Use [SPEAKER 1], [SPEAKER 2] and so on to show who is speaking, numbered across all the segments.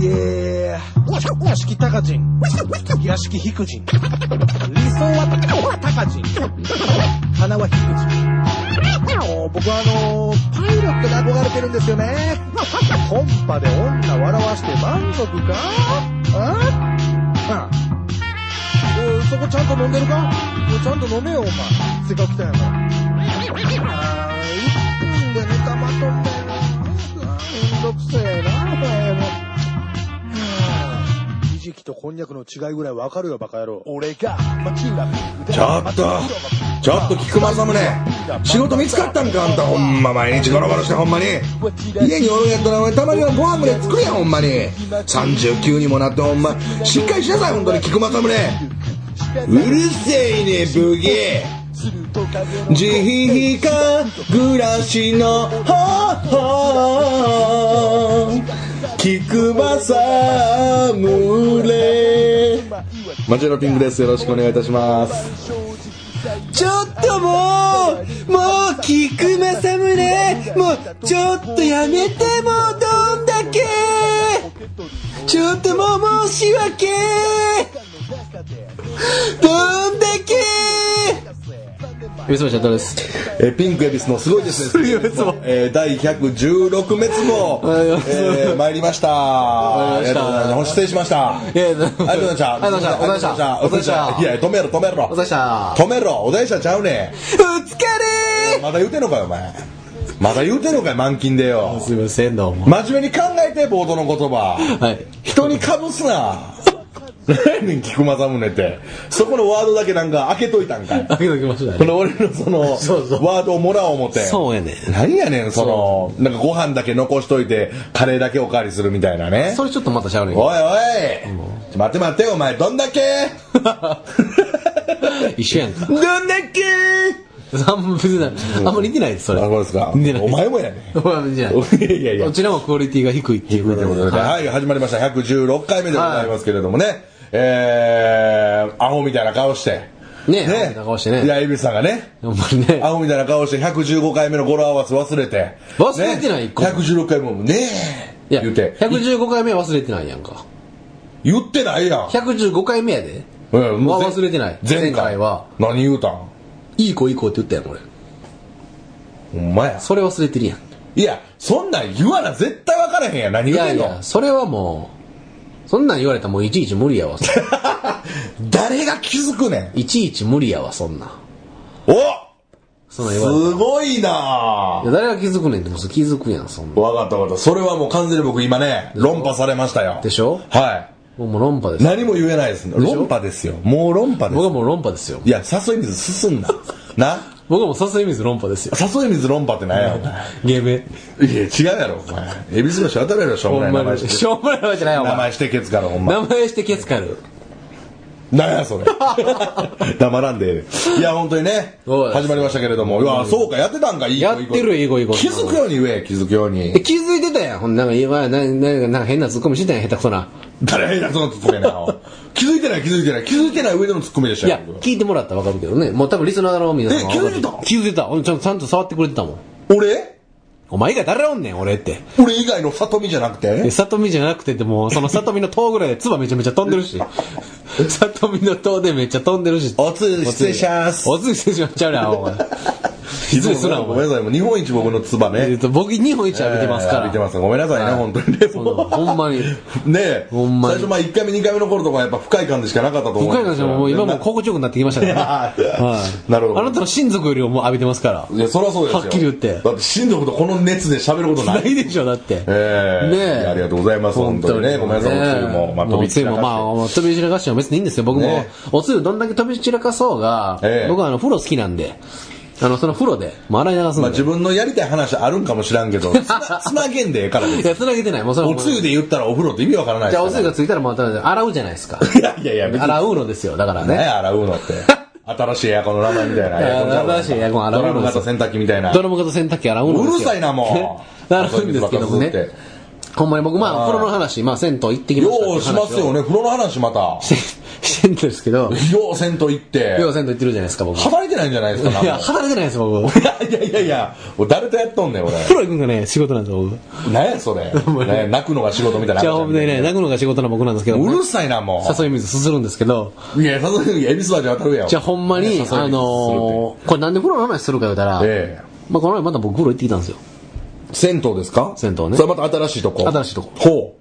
[SPEAKER 1] イエー屋敷高人屋敷低人理想は高人花は低人僕はあのパイロットに憧れてるんですよねコンパで女笑わして満足かああおいそこちゃんと飲んでるかおいちゃんと飲めよお前せっかく来たんやからあー1分で寝たまとんだよなめんどくせえなお前もはあひじきとこんにゃくの違いぐらいわかるよバカ野郎俺が
[SPEAKER 2] ちょっとちょっと菊間宗仕事見つかったんかあんたほんま毎日ゴロゴロしてほんまに家におるんやったらお前たまにはご飯ぐらい作れやほんまに39にもなってほんましっかりしなさい本当に菊間宗うるせえねブゲ慈悲か暮らしの方法菊間宗マジェロピンクですよろしくお願いいたしますちょっともうもう菊間さむねもうちょっとやめてもうどんだけちょっともう申し訳どんだけ
[SPEAKER 3] 吉村翔太です。
[SPEAKER 2] えーピンクエビスのすごいですね。えー第116滅亡、
[SPEAKER 3] はい
[SPEAKER 2] えー参りました。
[SPEAKER 3] 参りました
[SPEAKER 2] ありがとうございました失礼しました。あり
[SPEAKER 3] いやいや
[SPEAKER 2] がとうございました。
[SPEAKER 3] ありがとうございました
[SPEAKER 2] ありがとうございました
[SPEAKER 3] お疲れ様でした
[SPEAKER 2] いや、止めろ、止めろ。
[SPEAKER 3] お疲れ様でした
[SPEAKER 2] 止めろ、お大社ちゃうね。
[SPEAKER 3] お疲
[SPEAKER 2] まだ言うてんのかよ、お前。まだ言うてんのかよ、満金でよ。
[SPEAKER 3] すいません、どうも。
[SPEAKER 2] 真面目に考えて、冒頭の言葉。
[SPEAKER 3] はい。
[SPEAKER 2] 人にかぶすな。何やねん、菊間宗って。そこのワードだけなんか開けといたんかい。
[SPEAKER 3] 開けときました
[SPEAKER 2] こ
[SPEAKER 3] ね。
[SPEAKER 2] の俺のその、
[SPEAKER 3] そうそう
[SPEAKER 2] ワードをもらおう思って。
[SPEAKER 3] そうやねん
[SPEAKER 2] 何やねん、その、なんかご飯だけ残しといて、カレーだけおかわりするみたいなね。
[SPEAKER 3] それちょっとまたしゃべる
[SPEAKER 2] おいおい、ちょ待って待って、お前、どんだけ
[SPEAKER 3] 一緒やんか。
[SPEAKER 2] どんだけ
[SPEAKER 3] あんま別にあんまり似てないです、そ
[SPEAKER 2] あ、
[SPEAKER 3] れ。
[SPEAKER 2] そうですか。
[SPEAKER 3] 似てない。
[SPEAKER 2] お前もやね
[SPEAKER 3] お前も似てない。
[SPEAKER 2] ん。いやいや。
[SPEAKER 3] こちらもクオリティが低いっていうことで。は
[SPEAKER 2] はい、始まりました。116回目でございますけれどもね。えー、アホみたいな顔して。
[SPEAKER 3] いねえ、みたいな顔して
[SPEAKER 2] い
[SPEAKER 3] ね。
[SPEAKER 2] や、エビさんがね。
[SPEAKER 3] ほんまにね。
[SPEAKER 2] アホみたいな顔して115回目の語呂合わせ忘れて
[SPEAKER 3] 忘れてない
[SPEAKER 2] ね
[SPEAKER 3] 一個も
[SPEAKER 2] 116回もね
[SPEAKER 3] い
[SPEAKER 2] え
[SPEAKER 3] や、
[SPEAKER 2] 言って
[SPEAKER 3] 115回目は忘れてないやんか。
[SPEAKER 2] 言ってないやん
[SPEAKER 3] 115回目やで。
[SPEAKER 2] うんもう
[SPEAKER 3] わ忘れてない
[SPEAKER 2] 前
[SPEAKER 3] 前
[SPEAKER 2] 回
[SPEAKER 3] 回は
[SPEAKER 2] 何言うたん
[SPEAKER 3] いい子いい子って言ったやん、俺。
[SPEAKER 2] ほんまや
[SPEAKER 3] それ忘れてるやん。
[SPEAKER 2] いやそんなん言わな絶対分からへんやん何言
[SPEAKER 3] い
[SPEAKER 2] うて
[SPEAKER 3] や
[SPEAKER 2] ん
[SPEAKER 3] い
[SPEAKER 2] の
[SPEAKER 3] や、それはもう、そんなん言われたらもういちいち無理やわ。それ
[SPEAKER 2] 誰が気づくねん
[SPEAKER 3] いちいち無理やわ、そんなん。
[SPEAKER 2] お
[SPEAKER 3] そんなん
[SPEAKER 2] す
[SPEAKER 3] 言われたら
[SPEAKER 2] ごいない
[SPEAKER 3] や誰が気づくねんってもう気づくやんそんな
[SPEAKER 2] 分かった分かったそれはもう完全に僕今ね論破されましたよ
[SPEAKER 3] でしょ
[SPEAKER 2] は
[SPEAKER 3] もうもう論破で
[SPEAKER 2] い
[SPEAKER 3] す
[SPEAKER 2] 何も言えないです論破ですよもう論破で
[SPEAKER 3] 僕
[SPEAKER 2] す
[SPEAKER 3] はもう論破ですよ
[SPEAKER 2] いや誘い水進んだな
[SPEAKER 3] 僕はもう誘い水論破ですよ
[SPEAKER 2] 誘い水論破って何やお前
[SPEAKER 3] ゲーム
[SPEAKER 2] いや、違うやろ、お前。恵比寿橋渡るやろ、しょう
[SPEAKER 3] ほ
[SPEAKER 2] もなんい
[SPEAKER 3] ま
[SPEAKER 2] 名前
[SPEAKER 3] に
[SPEAKER 2] し。
[SPEAKER 3] してょうもないわけないわお
[SPEAKER 2] 名
[SPEAKER 3] 前
[SPEAKER 2] 前してケツから、ほんま。
[SPEAKER 3] 名前してケツカル
[SPEAKER 2] なんや、 それ。黙らんでええ。いや、本当にね、
[SPEAKER 3] そうです
[SPEAKER 2] 始まりましたけれども。いや、そうか、やってたんか、いい子
[SPEAKER 3] やってる
[SPEAKER 2] いい子
[SPEAKER 3] いい子いい
[SPEAKER 2] 気
[SPEAKER 3] 子
[SPEAKER 2] づくように言え、気づくよう
[SPEAKER 3] え
[SPEAKER 2] に。
[SPEAKER 3] 気づいてたやんほんなんか言わなななんか変なツッコミしてたやん下手くそな
[SPEAKER 2] 誰がそのツッコミやねん青気づいてない、気づいてない。気づいてない上でのツッコミでし
[SPEAKER 3] い
[SPEAKER 2] たよ
[SPEAKER 3] や。聞いてもらったら分かるけどねもう多分リスナーの皆さんは
[SPEAKER 2] え
[SPEAKER 3] 分かる
[SPEAKER 2] 気づいた
[SPEAKER 3] 気づいたほんでちゃんちゃんと触ってくれてたもん
[SPEAKER 2] 俺
[SPEAKER 3] お前が誰おんねん俺って
[SPEAKER 2] 俺以外の里見じゃなく
[SPEAKER 3] え
[SPEAKER 2] て
[SPEAKER 3] 里見じゃなくてってもうその里見の塔ぐらいで唾めちゃめちゃ飛んでるし 里見の塔でめっちゃ飛んでるし
[SPEAKER 2] おつ、失礼します。
[SPEAKER 3] おついしてしまっちゃうな、お前。失礼すな、お
[SPEAKER 2] ごめ
[SPEAKER 3] 前
[SPEAKER 2] ん。なさい、もう日本一僕の唾
[SPEAKER 3] えっ
[SPEAKER 2] ね。
[SPEAKER 3] と僕日本一浴びてますから。
[SPEAKER 2] 見てます。ごめんなさいね、
[SPEAKER 3] はい
[SPEAKER 2] 本当にね。
[SPEAKER 3] そのほんまに。
[SPEAKER 2] ねえ
[SPEAKER 3] ほんまに
[SPEAKER 2] 最初まあ1回目2回目の頃とかはやっぱ不快感でしかなかったと思う
[SPEAKER 3] 北海道じゃもう 今もう
[SPEAKER 2] こ
[SPEAKER 3] 心地よくなってきましたから。 はい。
[SPEAKER 2] なるほど
[SPEAKER 3] あなたの親族よりももう浴びてますから。
[SPEAKER 2] いやそりゃそうですよ
[SPEAKER 3] はっきり言って
[SPEAKER 2] だって死んだことこの熱で喋ることな
[SPEAKER 3] ないいでしょ、だって。
[SPEAKER 2] ええ
[SPEAKER 3] ね
[SPEAKER 2] い
[SPEAKER 3] え。
[SPEAKER 2] やありがとうございます本当にねごめんなさいおつゆもまあ
[SPEAKER 3] もう
[SPEAKER 2] 飛
[SPEAKER 3] お
[SPEAKER 2] び
[SPEAKER 3] つ
[SPEAKER 2] 散
[SPEAKER 3] ゆ
[SPEAKER 2] らかして
[SPEAKER 3] も、まあ、もう飛び散らかしても別にいいんですよ。僕も
[SPEAKER 2] ね、
[SPEAKER 3] おつゆどんだけ飛び散らかそうが
[SPEAKER 2] ええ、
[SPEAKER 3] 僕はあの、風呂好きなんで、あの、その風呂で、もう洗い流す
[SPEAKER 2] まあ
[SPEAKER 3] んで
[SPEAKER 2] 自。分のやりたい話あるんかもしらんけ どつなつなげんでええからで
[SPEAKER 3] い
[SPEAKER 2] す
[SPEAKER 3] や、繋げてない。もうそれは
[SPEAKER 2] お
[SPEAKER 3] もう
[SPEAKER 2] つゆで言ったらお風呂って意味わからない
[SPEAKER 3] じ
[SPEAKER 2] で
[SPEAKER 3] ゃあ、お
[SPEAKER 2] す
[SPEAKER 3] つ
[SPEAKER 2] か
[SPEAKER 3] ゆがついたらもう洗うじゃないですか。
[SPEAKER 2] らいやいや別に
[SPEAKER 3] 洗うのですよ。だから
[SPEAKER 2] ね
[SPEAKER 3] ね。
[SPEAKER 2] 洗うのって新しいエアコンの名前みたいない
[SPEAKER 3] や
[SPEAKER 2] エアコンちゃうわ
[SPEAKER 3] 新しいエアコン洗う
[SPEAKER 2] ド
[SPEAKER 3] の
[SPEAKER 2] ラム型洗濯機みたいな
[SPEAKER 3] ドラム型洗濯機洗うの
[SPEAKER 2] う
[SPEAKER 3] ですよ
[SPEAKER 2] るさいなもう
[SPEAKER 3] 洗うんですけども
[SPEAKER 2] 遊びに
[SPEAKER 3] ね
[SPEAKER 2] 爆発
[SPEAKER 3] ほんまに僕まあ
[SPEAKER 2] はい
[SPEAKER 3] 風呂の話まあ銭湯行ってきました
[SPEAKER 2] ようしますよ
[SPEAKER 3] ね
[SPEAKER 2] ね風呂の話また
[SPEAKER 3] してるんですけど、
[SPEAKER 2] よう銭湯行って
[SPEAKER 3] 要せんと言ってるじゃないですか、僕。い
[SPEAKER 2] 働いてないんじゃないですかなん
[SPEAKER 3] や、
[SPEAKER 2] も
[SPEAKER 3] 働いてないです、僕。
[SPEAKER 2] いやいやいや俺誰とやっとんねん俺
[SPEAKER 3] プロ行くんがね、仕事なんですよ、僕。
[SPEAKER 2] 何やそ れね泣くのが仕事みたいな
[SPEAKER 3] じゃあ、ほんでね、泣くのが仕事の僕なんですけど、
[SPEAKER 2] うるさいなも
[SPEAKER 3] 誘い水すするんですけど、
[SPEAKER 2] ういや誘いにエビスバージョン当たるやん
[SPEAKER 3] じゃあほんま
[SPEAKER 2] ね誘い
[SPEAKER 3] に
[SPEAKER 2] 水、するって
[SPEAKER 3] あのー、これなんで風呂の話するか言うたら、
[SPEAKER 2] ええ
[SPEAKER 3] まあこの前また僕風呂行ってきたんですよ。
[SPEAKER 2] 銭湯ですか
[SPEAKER 3] 銭湯ね
[SPEAKER 2] それまた新しいとこ
[SPEAKER 3] 新しいとこ
[SPEAKER 2] ほ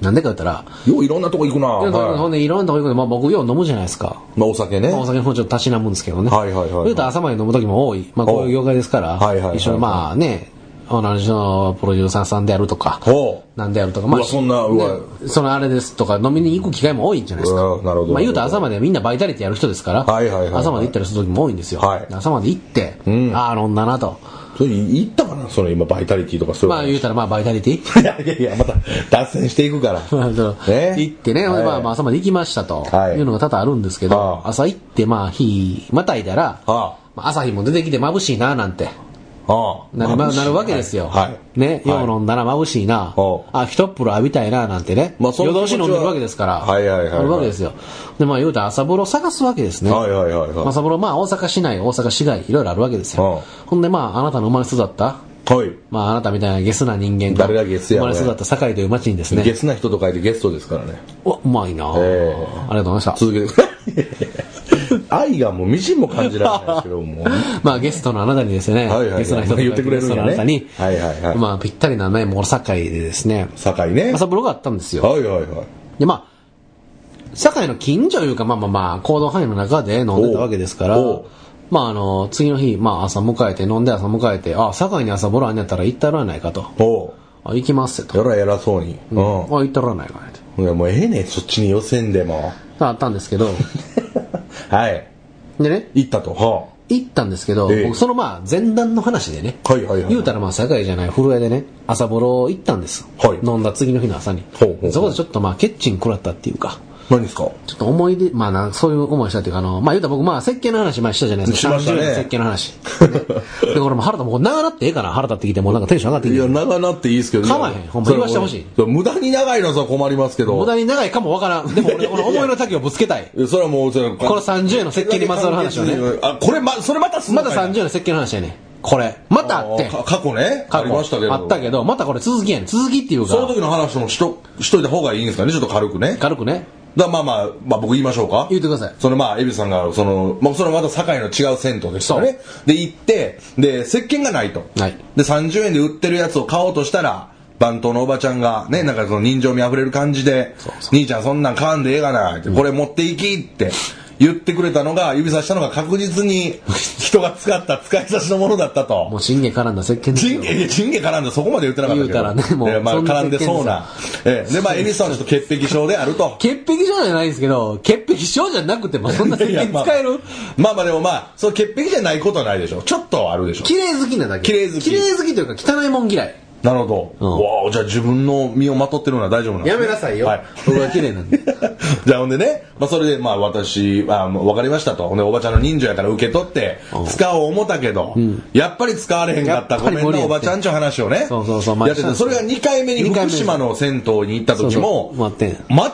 [SPEAKER 3] なんでか言ったら、
[SPEAKER 2] うよういろんなとこ行くなはい
[SPEAKER 3] ほんでいろんなとこ行くんで、まあ僕よう飲むじゃないですか。
[SPEAKER 2] まあお酒ね
[SPEAKER 3] まあお酒の方ちょっとたしなむんですけどね。
[SPEAKER 2] はいはいはいはい
[SPEAKER 3] 言うたら朝まで飲む時も多い。まあこういう業界ですから、
[SPEAKER 2] はいはいはいはい
[SPEAKER 3] 一緒にまあね、同じのプロデューサーさんであるとか、
[SPEAKER 2] ほう
[SPEAKER 3] なんであるとか、
[SPEAKER 2] う
[SPEAKER 3] まあ、
[SPEAKER 2] わそんなうわ
[SPEAKER 3] ねそのあれですとか、飲みに行く機会も多いんじゃないですか。
[SPEAKER 2] うわなるほど
[SPEAKER 3] まあ、言うと朝までみんなバイタリティやる人ですから、
[SPEAKER 2] はいはいはいはい
[SPEAKER 3] 朝まで行ったりする時も多いんですよ。
[SPEAKER 2] はい
[SPEAKER 3] 朝まで行って、
[SPEAKER 2] ん
[SPEAKER 3] ああ、飲んだなと。
[SPEAKER 2] それ行ったかなその今バイタリティとかそういう
[SPEAKER 3] まあ、言うたらまあ、バイタリティ
[SPEAKER 2] いやいやいやまた脱線していく から
[SPEAKER 3] まあその
[SPEAKER 2] ね
[SPEAKER 3] 行ってね、
[SPEAKER 2] はい
[SPEAKER 3] まあまあ朝まで行きましたと、
[SPEAKER 2] はい
[SPEAKER 3] い、うのが多々あるんですけど、
[SPEAKER 2] はあ
[SPEAKER 3] 朝行ってまあ日またいだら、
[SPEAKER 2] は
[SPEAKER 3] まあ朝日も出てきて眩しいななんて
[SPEAKER 2] ああ
[SPEAKER 3] なる,、なるわけですよ。
[SPEAKER 2] はい
[SPEAKER 3] ね、
[SPEAKER 2] はい
[SPEAKER 3] よう飲んだら眩しいな、
[SPEAKER 2] おう
[SPEAKER 3] あ、一っ風呂浴びたいななんてね、
[SPEAKER 2] まあその気
[SPEAKER 3] 夜
[SPEAKER 2] 持ち
[SPEAKER 3] 通し
[SPEAKER 2] は
[SPEAKER 3] 飲んでるわけですから、
[SPEAKER 2] はいはいはいはい
[SPEAKER 3] あるわけですよ。で、まあ言うたら朝風呂探すわけですね。
[SPEAKER 2] はいはいはいはい
[SPEAKER 3] まあ朝風呂、まあ大阪市内、大阪市外、いろいろあるわけですよ。ほんでまあ、あなたの生まれ育った、
[SPEAKER 2] はい
[SPEAKER 3] まああなたみたいなゲスな人間
[SPEAKER 2] 誰がゲスや
[SPEAKER 3] 生まれ育った堺という町にですね、
[SPEAKER 2] ゲスな人と書いてゲストですからね
[SPEAKER 3] お、うまいな、
[SPEAKER 2] ええ
[SPEAKER 3] ありがとうございました。
[SPEAKER 2] 続けて愛がもうみじんも感じられないです けどもう
[SPEAKER 3] まあゲストのあなたにですね、
[SPEAKER 2] はいはいはい
[SPEAKER 3] ゲストの人とか
[SPEAKER 2] 言ってくれるんやね
[SPEAKER 3] ゲストのあなたに、
[SPEAKER 2] はいはいはい
[SPEAKER 3] まあぴったりなね、もう堺でですね、
[SPEAKER 2] 堺ね
[SPEAKER 3] 朝風呂があったんですよ。
[SPEAKER 2] はいはいはい
[SPEAKER 3] で、まあ、堺の近所いうか、まあまあまあ、行動範囲の中で飲んでたわけですから
[SPEAKER 2] おうおう、
[SPEAKER 3] まああの、次の日、まあ朝迎えて、飲んで朝迎えて、あ、堺に朝風呂あんねやったら行ったらないかと。
[SPEAKER 2] おう
[SPEAKER 3] あ、行きますよと。
[SPEAKER 2] やら偉そうにうん
[SPEAKER 3] あ、行ったらないかねと。
[SPEAKER 2] いやもうええねんそっちに寄せんでも
[SPEAKER 3] あったんですけど、
[SPEAKER 2] はい
[SPEAKER 3] でね、
[SPEAKER 2] 行ったとは
[SPEAKER 3] 行ったんですけど、
[SPEAKER 2] ええ
[SPEAKER 3] 僕そのまあ前段の話でね、
[SPEAKER 2] はいはいはい
[SPEAKER 3] 言うたらまあ堺じゃない古屋でね、朝ボロ行ったんです。
[SPEAKER 2] はい
[SPEAKER 3] 飲んだ次の日の朝に。
[SPEAKER 2] ほうほうほう
[SPEAKER 3] そこでちょっとまあケッチン食らったっていうか、
[SPEAKER 2] 何ですか
[SPEAKER 3] ちょっと思い出、まあなそういう思いしたっていうか、あの、まあ言うたら僕まあ設計の話前にしたじゃないです
[SPEAKER 2] し
[SPEAKER 3] か。
[SPEAKER 2] ましたね
[SPEAKER 3] 30年設計の話。ねで、俺も腹立って、もう長なってええかな腹立ってきて、もうなんかテンション上がって
[SPEAKER 2] い
[SPEAKER 3] き
[SPEAKER 2] や
[SPEAKER 3] て。
[SPEAKER 2] 長なっていいですけど
[SPEAKER 3] 構わへんほんま言わしてほしい
[SPEAKER 2] それはもう無駄に長いのはそう困りますけど
[SPEAKER 3] 無駄に長いかもわからん。でも俺、この思いの丈をぶつけたい。
[SPEAKER 2] いやそれはもうそれは
[SPEAKER 3] この30円の設計にまつわる話をね
[SPEAKER 2] あこれまそれまたすん
[SPEAKER 3] ま
[SPEAKER 2] の
[SPEAKER 3] だ
[SPEAKER 2] かい
[SPEAKER 3] 30年設計の話やね。これ。またあって。
[SPEAKER 2] か過去ね
[SPEAKER 3] 過去
[SPEAKER 2] ありましたけど
[SPEAKER 3] あったけど、またこれ続きやねん。続きっていう
[SPEAKER 2] その
[SPEAKER 3] か、
[SPEAKER 2] 時の話もしとしといた方がいいんですかねちょっと軽くねだか
[SPEAKER 3] 軽くね、
[SPEAKER 2] らまあまあまあ僕言いましょうか
[SPEAKER 3] 言ってください。
[SPEAKER 2] そのまあ、エビさんが、その、まあ、それはまた堺の違う銭湯でしたね。で、行って、で、石鹸がないと。
[SPEAKER 3] はい
[SPEAKER 2] で、30円で売ってるやつを買おうとしたら、番頭のおばちゃんが、ね、なんかその人情味溢れる感じで、兄ちゃんそんなん買わんでええがな、ってこれ持っていきって言ってくれたのが、指さしたのが確実に人が使った使い差しのものだったと
[SPEAKER 3] も。うチンゲ絡んだ石鹸です
[SPEAKER 2] チ
[SPEAKER 3] よ
[SPEAKER 2] ンゲ、いやチンゲ絡んでそこまで言ってなかったけど。
[SPEAKER 3] 言うたらねもう
[SPEAKER 2] ええまあ、
[SPEAKER 3] そんな
[SPEAKER 2] 絡んでそうな。ええで、まあ、エビさんはちょっと潔癖症であると。
[SPEAKER 3] 潔癖症じゃないんですけど、潔癖症じゃなくても そんな石
[SPEAKER 2] いやま
[SPEAKER 3] 鹸
[SPEAKER 2] あ
[SPEAKER 3] 使える
[SPEAKER 2] まあまあでもまあ、その潔癖じゃないことはないでしょ。ちょっとはあるでしょ。
[SPEAKER 3] 綺麗好きなだけ。
[SPEAKER 2] 綺麗好き
[SPEAKER 3] 綺麗好きというか汚いもん嫌い。
[SPEAKER 2] なるほど。
[SPEAKER 3] うん
[SPEAKER 2] わあ、じゃあ自分の身をまとってるのは大丈夫なんですねはい。
[SPEAKER 3] 僕は綺 麗なんで。
[SPEAKER 2] じゃあほんでね、まあそれでまあ私、まあわかりましたと。ほんでおばちゃんの人情やから受け取って、使おう思ったけど、やっぱり使われへんかった。
[SPEAKER 3] やっ
[SPEAKER 2] ご
[SPEAKER 3] ぱり
[SPEAKER 2] めんな、
[SPEAKER 3] 無理や
[SPEAKER 2] お
[SPEAKER 3] って
[SPEAKER 2] ばちゃんちゅう話をね。
[SPEAKER 3] そうそうそうまあ
[SPEAKER 2] やっててそれが2回目に
[SPEAKER 3] 二回
[SPEAKER 2] 福
[SPEAKER 3] 目
[SPEAKER 2] 島の銭湯に行った時も、
[SPEAKER 3] そうそう待ってん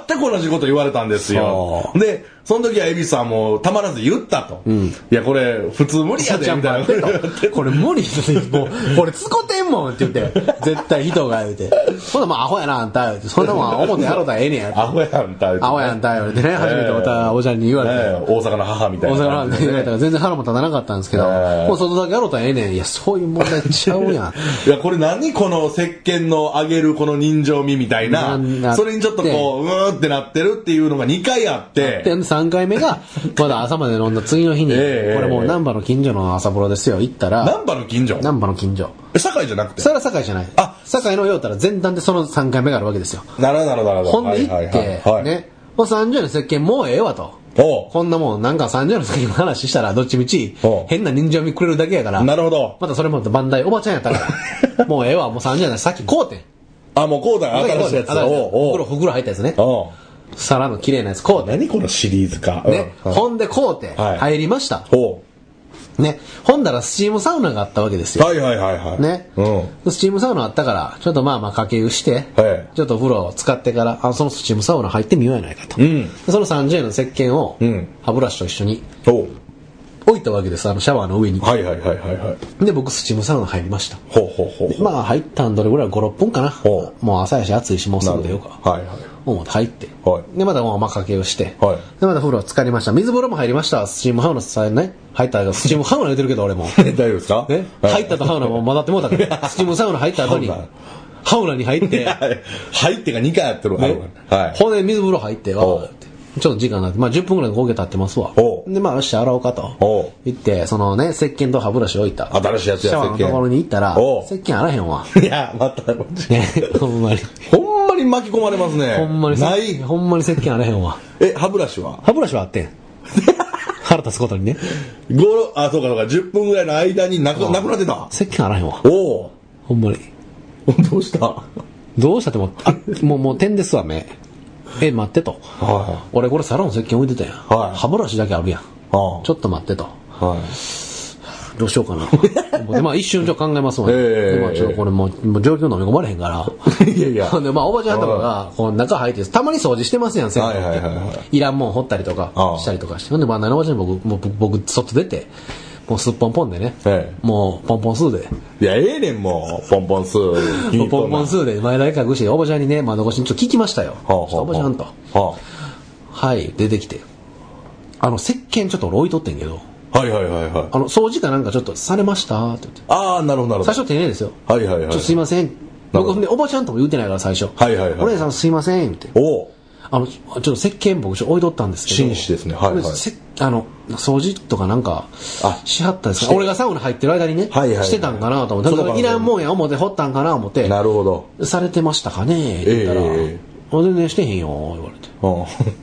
[SPEAKER 2] 全く同じこと言われたんですよ
[SPEAKER 3] そ。
[SPEAKER 2] で、その時はエビさんもたまらず言ったと。いや、これ普通無理やで、みたいな。
[SPEAKER 3] これ無理だねもう、これつこてんもんって言って、絶対人が言うて。ほんならまあアホやな、あんた。言うてそんなもん思ってやろうたらええねや。
[SPEAKER 2] アホやんた。
[SPEAKER 3] アホやんた、言われてね。初めてまたおじゃんに言われて。
[SPEAKER 2] ええ大阪の母みたい
[SPEAKER 3] 大
[SPEAKER 2] な
[SPEAKER 3] 阪ラ
[SPEAKER 2] 感
[SPEAKER 3] ーメ
[SPEAKER 2] じ
[SPEAKER 3] ン
[SPEAKER 2] でね。
[SPEAKER 3] で言われたら全然腹も立たなかったんですけど、
[SPEAKER 2] ええ
[SPEAKER 3] もう外だけやろうたらええねん。いや、そういう問題ちゃう やん。
[SPEAKER 2] いや、これ何この石鹸のあげるこの人情味みたいな
[SPEAKER 3] なんだっ。て
[SPEAKER 2] それにちょっとこう、うーんってなってるっていうのが2回あっ
[SPEAKER 3] で、
[SPEAKER 2] て。
[SPEAKER 3] 3回目が、まだ朝まで飲んだ次の日に、こ
[SPEAKER 2] ええ
[SPEAKER 3] れもう難波の近所の朝風呂ですよ、行ったら、
[SPEAKER 2] 難波の近所
[SPEAKER 3] 難波の近所。
[SPEAKER 2] え、堺じゃなくて
[SPEAKER 3] それは堺じゃない。
[SPEAKER 2] あ
[SPEAKER 3] 堺のようたら前段でその3回目があるわけですよ。
[SPEAKER 2] なるほどなるほどなる
[SPEAKER 3] ほ
[SPEAKER 2] ほど。
[SPEAKER 3] んで行
[SPEAKER 2] はいはい
[SPEAKER 3] って
[SPEAKER 2] はいは、い。
[SPEAKER 3] ね、もう30年の石鹸もうええわと。
[SPEAKER 2] お
[SPEAKER 3] こんなもん、なんか30の先の話したら、どっちみち
[SPEAKER 2] お、
[SPEAKER 3] 変な人情味くれるだけやから
[SPEAKER 2] う、なるほど。
[SPEAKER 3] またそれもバンダイおばちゃんやった から、もうええわ、もう30年さっきこうてん。
[SPEAKER 2] あ、もうこうだ、新しいやつ。
[SPEAKER 3] 新しい
[SPEAKER 2] おう
[SPEAKER 3] 袋、
[SPEAKER 2] おう
[SPEAKER 3] 袋入ったやつね。
[SPEAKER 2] おう
[SPEAKER 3] 皿の綺麗なやつ、こうて。
[SPEAKER 2] 何このシリーズか。
[SPEAKER 3] ね。
[SPEAKER 2] うんはい
[SPEAKER 3] ほんで、こうて、
[SPEAKER 2] はい
[SPEAKER 3] 入りました。
[SPEAKER 2] おう
[SPEAKER 3] ね。ほんだらスチームサウナがあったわけですよ。
[SPEAKER 2] はいはいはいはい。
[SPEAKER 3] ね
[SPEAKER 2] う
[SPEAKER 3] スチームサウナあったから、ちょっとまあまあ掛け湯して、
[SPEAKER 2] はい
[SPEAKER 3] ちょっとお風呂を使ってから、あそのスチームサウナ入ってみようやないかと。
[SPEAKER 2] うん
[SPEAKER 3] でその30円の石鹸を、
[SPEAKER 2] うん
[SPEAKER 3] 歯ブラシと一緒に
[SPEAKER 2] ん。おう
[SPEAKER 3] 置いたわけです、あのシャワーの上に。
[SPEAKER 2] はいはいはいはいはい。
[SPEAKER 3] で、僕スチームサウナ入りました。
[SPEAKER 2] ほうほうほうほう。
[SPEAKER 3] まあ入ったんどれぐらい ?5、6分かな
[SPEAKER 2] ほ。う
[SPEAKER 3] もう朝やし暑いし、もうすぐ出ようか。
[SPEAKER 2] はいはい。
[SPEAKER 3] 思って入って。
[SPEAKER 2] はい
[SPEAKER 3] で、またもうまあ掛け湯して。
[SPEAKER 2] はい
[SPEAKER 3] で、また風呂浸かりました。水風呂も入りました。スチームハウナさえね。入ったら、スチームハウナ言うてるけ ど俺も。
[SPEAKER 2] 大丈夫ですか
[SPEAKER 3] ね、入ったとハウナも混ざってもうたか ら、スチームサウナ入った後に
[SPEAKER 2] ハウナ、
[SPEAKER 3] ハウナに入って、
[SPEAKER 2] いや入ってが2回やってるわ。
[SPEAKER 3] ね
[SPEAKER 2] はい。
[SPEAKER 3] ほんで水風呂入って、わ
[SPEAKER 2] おう
[SPEAKER 3] ーってちょっと時間になって、まあ10分ぐらいの合計経ってますわ
[SPEAKER 2] お。う
[SPEAKER 3] で、まあよし、洗おうか
[SPEAKER 2] おう
[SPEAKER 3] と。行って、そのね、石鹸と歯ブラシ置いた。
[SPEAKER 2] 新しいやつ
[SPEAKER 3] シャ
[SPEAKER 2] や
[SPEAKER 3] ワーのところに行ったら、
[SPEAKER 2] おう
[SPEAKER 3] 石鹸あらへ んわ。
[SPEAKER 2] いや、また、
[SPEAKER 3] ね、ほんまに。
[SPEAKER 2] ほんまに巻き込まれますね。
[SPEAKER 3] ほんまに石
[SPEAKER 2] ない。
[SPEAKER 3] ほんまに石鹸あらへんわ。
[SPEAKER 2] え、歯ブラシは
[SPEAKER 3] 歯ブラシはあ ってん。腹立つことにね。
[SPEAKER 2] ?5、ろあ、そうかそうか、10分ぐらいの間になくなくなってた。
[SPEAKER 3] 石鹸あらへんわ。
[SPEAKER 2] おお。
[SPEAKER 3] ほんまに。
[SPEAKER 2] どうしたは
[SPEAKER 3] どうしたってもう、あもう、もう点ですわ、目。え、待ってと。
[SPEAKER 2] い。は
[SPEAKER 3] 俺これ皿の石鹸置いてたやん。
[SPEAKER 2] はい
[SPEAKER 3] 歯ブラシだけあるやん。
[SPEAKER 2] あ
[SPEAKER 3] ちょっと待ってと。
[SPEAKER 2] はい。
[SPEAKER 3] どうしよ うかな。で、まあ一瞬ちょっと考えますもんね。
[SPEAKER 2] ええ
[SPEAKER 3] でまあちょっとこれもう、もう状況飲み込まれへんから。
[SPEAKER 2] いやいや
[SPEAKER 3] で、まあおばちゃんとかが、こう中入って、たまに掃除してますやん、先。
[SPEAKER 2] はいはいはいはい
[SPEAKER 3] らんもん掘ったりとか
[SPEAKER 2] ああ、
[SPEAKER 3] したりとかして。ほんで、バナナおばちゃんに僕、もう僕、僕外出て、もうすっぽんぽんでね。
[SPEAKER 2] ええ
[SPEAKER 3] もう、ポンポン数で。
[SPEAKER 2] いや、ええねん、もう。ポンポンスー。
[SPEAKER 3] ポンポン
[SPEAKER 2] ー。
[SPEAKER 3] 数で前田隠して、おばちゃんにね、窓越しにちょっと聞きましたよ。
[SPEAKER 2] はあはあはあ
[SPEAKER 3] ちょっとおばちゃんと。
[SPEAKER 2] は
[SPEAKER 3] はい、出てきて。あの、石鹸ちょっと俺置いとってんけど、
[SPEAKER 2] あはいはいはいはい。
[SPEAKER 3] あの、掃除かなんかちょっとされましたって言って。
[SPEAKER 2] ああ、なるほどなるほど。
[SPEAKER 3] 最初丁寧ですよ。
[SPEAKER 2] はいはいはい
[SPEAKER 3] ちょっとすいません。
[SPEAKER 2] なるほど
[SPEAKER 3] 僕ね、おばちゃんとも言うてないから最初。
[SPEAKER 2] はいはいはい
[SPEAKER 3] お姉さんすいません、って。
[SPEAKER 2] おお。
[SPEAKER 3] あの、ちょっと石鹸僕ちょっと置いとったんですけど。
[SPEAKER 2] 紳士ですねはいはい
[SPEAKER 3] これせあの、掃除とかなんか、
[SPEAKER 2] あ
[SPEAKER 3] しはったんですか俺がサウナ入ってる間にね、
[SPEAKER 2] はいはいはい
[SPEAKER 3] してたんかなと思って、
[SPEAKER 2] そうか
[SPEAKER 3] なんかいらんもんや思って、掘ったんかな思って、
[SPEAKER 2] なるほど。
[SPEAKER 3] されてましたかねって言ったら、
[SPEAKER 2] え
[SPEAKER 3] あ全然してへんよ、言われて。
[SPEAKER 2] うん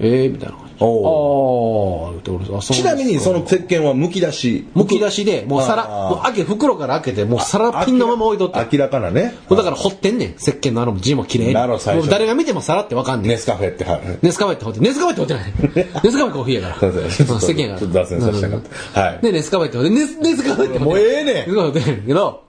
[SPEAKER 3] ええみたいな感じ。ああ、言って俺、あ、そうですか
[SPEAKER 2] ちなみに、その石鹸はむき出し。
[SPEAKER 3] むき出しで、もう皿、
[SPEAKER 2] あー
[SPEAKER 3] もう開け、袋から開けて、もう皿ピンのまま置いとって。
[SPEAKER 2] 明らかなね。
[SPEAKER 3] もうだから掘ってんねん。石鹸のあの字も綺麗に。
[SPEAKER 2] なるほど最初
[SPEAKER 3] もう誰が見てもさらってわかんねん。
[SPEAKER 2] ネスカフェって、はい。
[SPEAKER 3] ネスカフェって掘って、ネスカフェって掘 ってない。ネスカフェコーヒーやか
[SPEAKER 2] そう
[SPEAKER 3] ら。
[SPEAKER 2] で
[SPEAKER 3] うん
[SPEAKER 2] すね
[SPEAKER 3] 石鹸やから。
[SPEAKER 2] ちょっと脱線させたかったはい
[SPEAKER 3] で、ネスカフェって掘って、ネスネスカフェって掘って。
[SPEAKER 2] もうええねん
[SPEAKER 3] ネスカフェって掘ってんけど、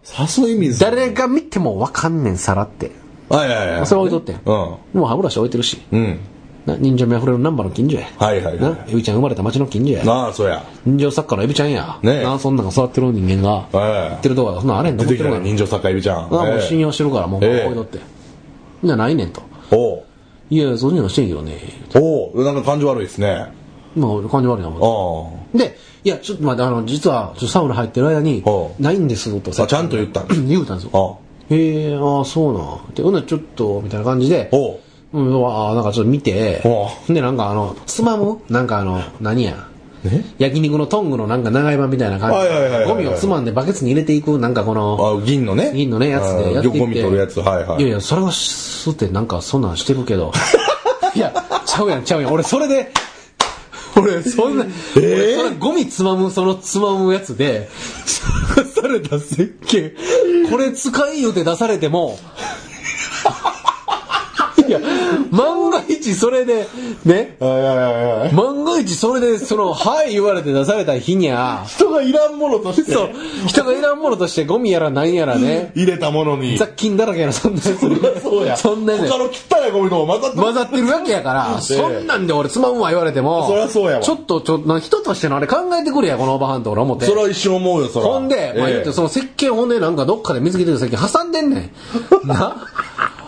[SPEAKER 2] 誘い水。
[SPEAKER 3] 誰が見てもわかんねん、皿って。
[SPEAKER 2] はいはいはい。
[SPEAKER 3] それ置いとってん。
[SPEAKER 2] う
[SPEAKER 3] もう歯ブラシ置いてるし。
[SPEAKER 2] ん。うん。
[SPEAKER 3] な、人情味あふれるナンバーの近所や。
[SPEAKER 2] はいはいはい
[SPEAKER 3] な、エビちゃん生まれた町の近所や。
[SPEAKER 2] なあ、そや。
[SPEAKER 3] 人情作家のエビちゃんや。
[SPEAKER 2] ねえ
[SPEAKER 3] な、そんなんが育ってる人間が、
[SPEAKER 2] ええ
[SPEAKER 3] 言ってるとこが、そんなんあれへんと
[SPEAKER 2] 出
[SPEAKER 3] 思
[SPEAKER 2] き
[SPEAKER 3] っててる
[SPEAKER 2] た
[SPEAKER 3] から
[SPEAKER 2] ね、。人情境エビちゃん。
[SPEAKER 3] あもう信
[SPEAKER 2] 用。
[SPEAKER 3] 用してるから、もう、こう
[SPEAKER 2] ええ
[SPEAKER 3] いうのって。じゃないねんと。
[SPEAKER 2] おう
[SPEAKER 3] いや、そっちのしてんけどね。
[SPEAKER 2] おうなんか感じ悪いですね。
[SPEAKER 3] まあ、感じ悪いな、思っ
[SPEAKER 2] あ
[SPEAKER 3] て。で、いや、ちょっと待って、あの、実は、ちょっとサウナ入ってる間に
[SPEAKER 2] ほ、う
[SPEAKER 3] ないんです、と。
[SPEAKER 2] あちゃんと言ったんです
[SPEAKER 3] 言うたんです
[SPEAKER 2] あ。
[SPEAKER 3] よ。
[SPEAKER 2] あ
[SPEAKER 3] へえ、ああ、そうなん。で、ほんならちょっと、みたいな感じで、
[SPEAKER 2] おう
[SPEAKER 3] うん、うわあなんかちょっと見て、
[SPEAKER 2] ほ
[SPEAKER 3] で、なんかあの、つまむなんかあの、何や。
[SPEAKER 2] え
[SPEAKER 3] 焼肉のトングのなんか長い版みたいな感
[SPEAKER 2] はいはいはいはい
[SPEAKER 3] じ
[SPEAKER 2] はい
[SPEAKER 3] ゴミをつまんでバケツに入れていく、なんかこの、
[SPEAKER 2] あ、銀のね。
[SPEAKER 3] 銀のね、やつでやっていって。
[SPEAKER 2] ゴミ取るやつ、はいはい。
[SPEAKER 3] やいや、それはすってなんかそんなんしてるけど。 いや、ちゃうやん、ちゃうやん。俺そ れで、俺そんな、俺それゴミつまむ、そのつまむや つで、出された石鹸、これ使いよって出されても、 いや、万が一それで、ね、
[SPEAKER 2] はいはいはいはい。
[SPEAKER 3] 万が一それで、その、はい言われて出された日にゃ、
[SPEAKER 2] 人がいらんものとして、
[SPEAKER 3] そう、人がいらんものとしてゴミやら何やらね、
[SPEAKER 2] 入れたものに。
[SPEAKER 3] 雑菌だらけやな、そんなやつ。
[SPEAKER 2] そうや。
[SPEAKER 3] そんなやつ。
[SPEAKER 2] 他の汚いゴミとも混ざって
[SPEAKER 3] 混ざってるわけやから、そんなんで俺つまんわ言われても、
[SPEAKER 2] そりゃそうやわ
[SPEAKER 3] ちょっと、ちょっと、な人としてのあれ考えてくれや、このおばはんと俺思って。
[SPEAKER 2] それは一瞬思うよ、それは。
[SPEAKER 3] ほんで、まあ言って、その石鹸ほんでなんかどっかで水着出てる石鹸挟んでんねん。な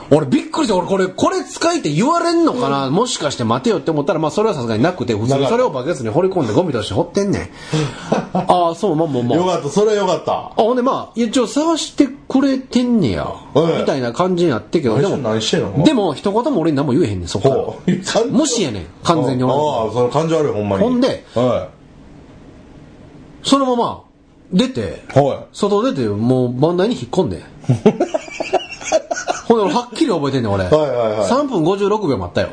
[SPEAKER 3] 俺びっくりして、俺これ、これ使いって言われんのかな、もしかして待てよって思ったら、まあそれはさすがになくて、普通にそれをバケツに掘り込んでゴミとして掘ってんねん。ああ、そう、まあまあまあ
[SPEAKER 2] よ。かった、それはよかった。
[SPEAKER 3] あ、ほんでまあ、一応探してくれてんねや、
[SPEAKER 2] ええ
[SPEAKER 3] みたいな感じになってけど、
[SPEAKER 2] あい
[SPEAKER 3] で
[SPEAKER 2] つ
[SPEAKER 3] も、
[SPEAKER 2] 何してんの
[SPEAKER 3] でも、一言も俺に何も言えへんねん、そこ
[SPEAKER 2] ほ
[SPEAKER 3] か
[SPEAKER 2] う
[SPEAKER 3] ら。 もしやねん、完全に
[SPEAKER 2] あ
[SPEAKER 3] 俺
[SPEAKER 2] あああ、その感じ悪い、ほんまに。
[SPEAKER 3] ほんで
[SPEAKER 2] は
[SPEAKER 3] そのまま、出て、
[SPEAKER 2] い。は
[SPEAKER 3] 外出て、もう番台に引っ込 んで。ほんで、俺はっきり覚えてんねん、俺。
[SPEAKER 2] はいはいはい
[SPEAKER 3] 3分56秒待ったよ。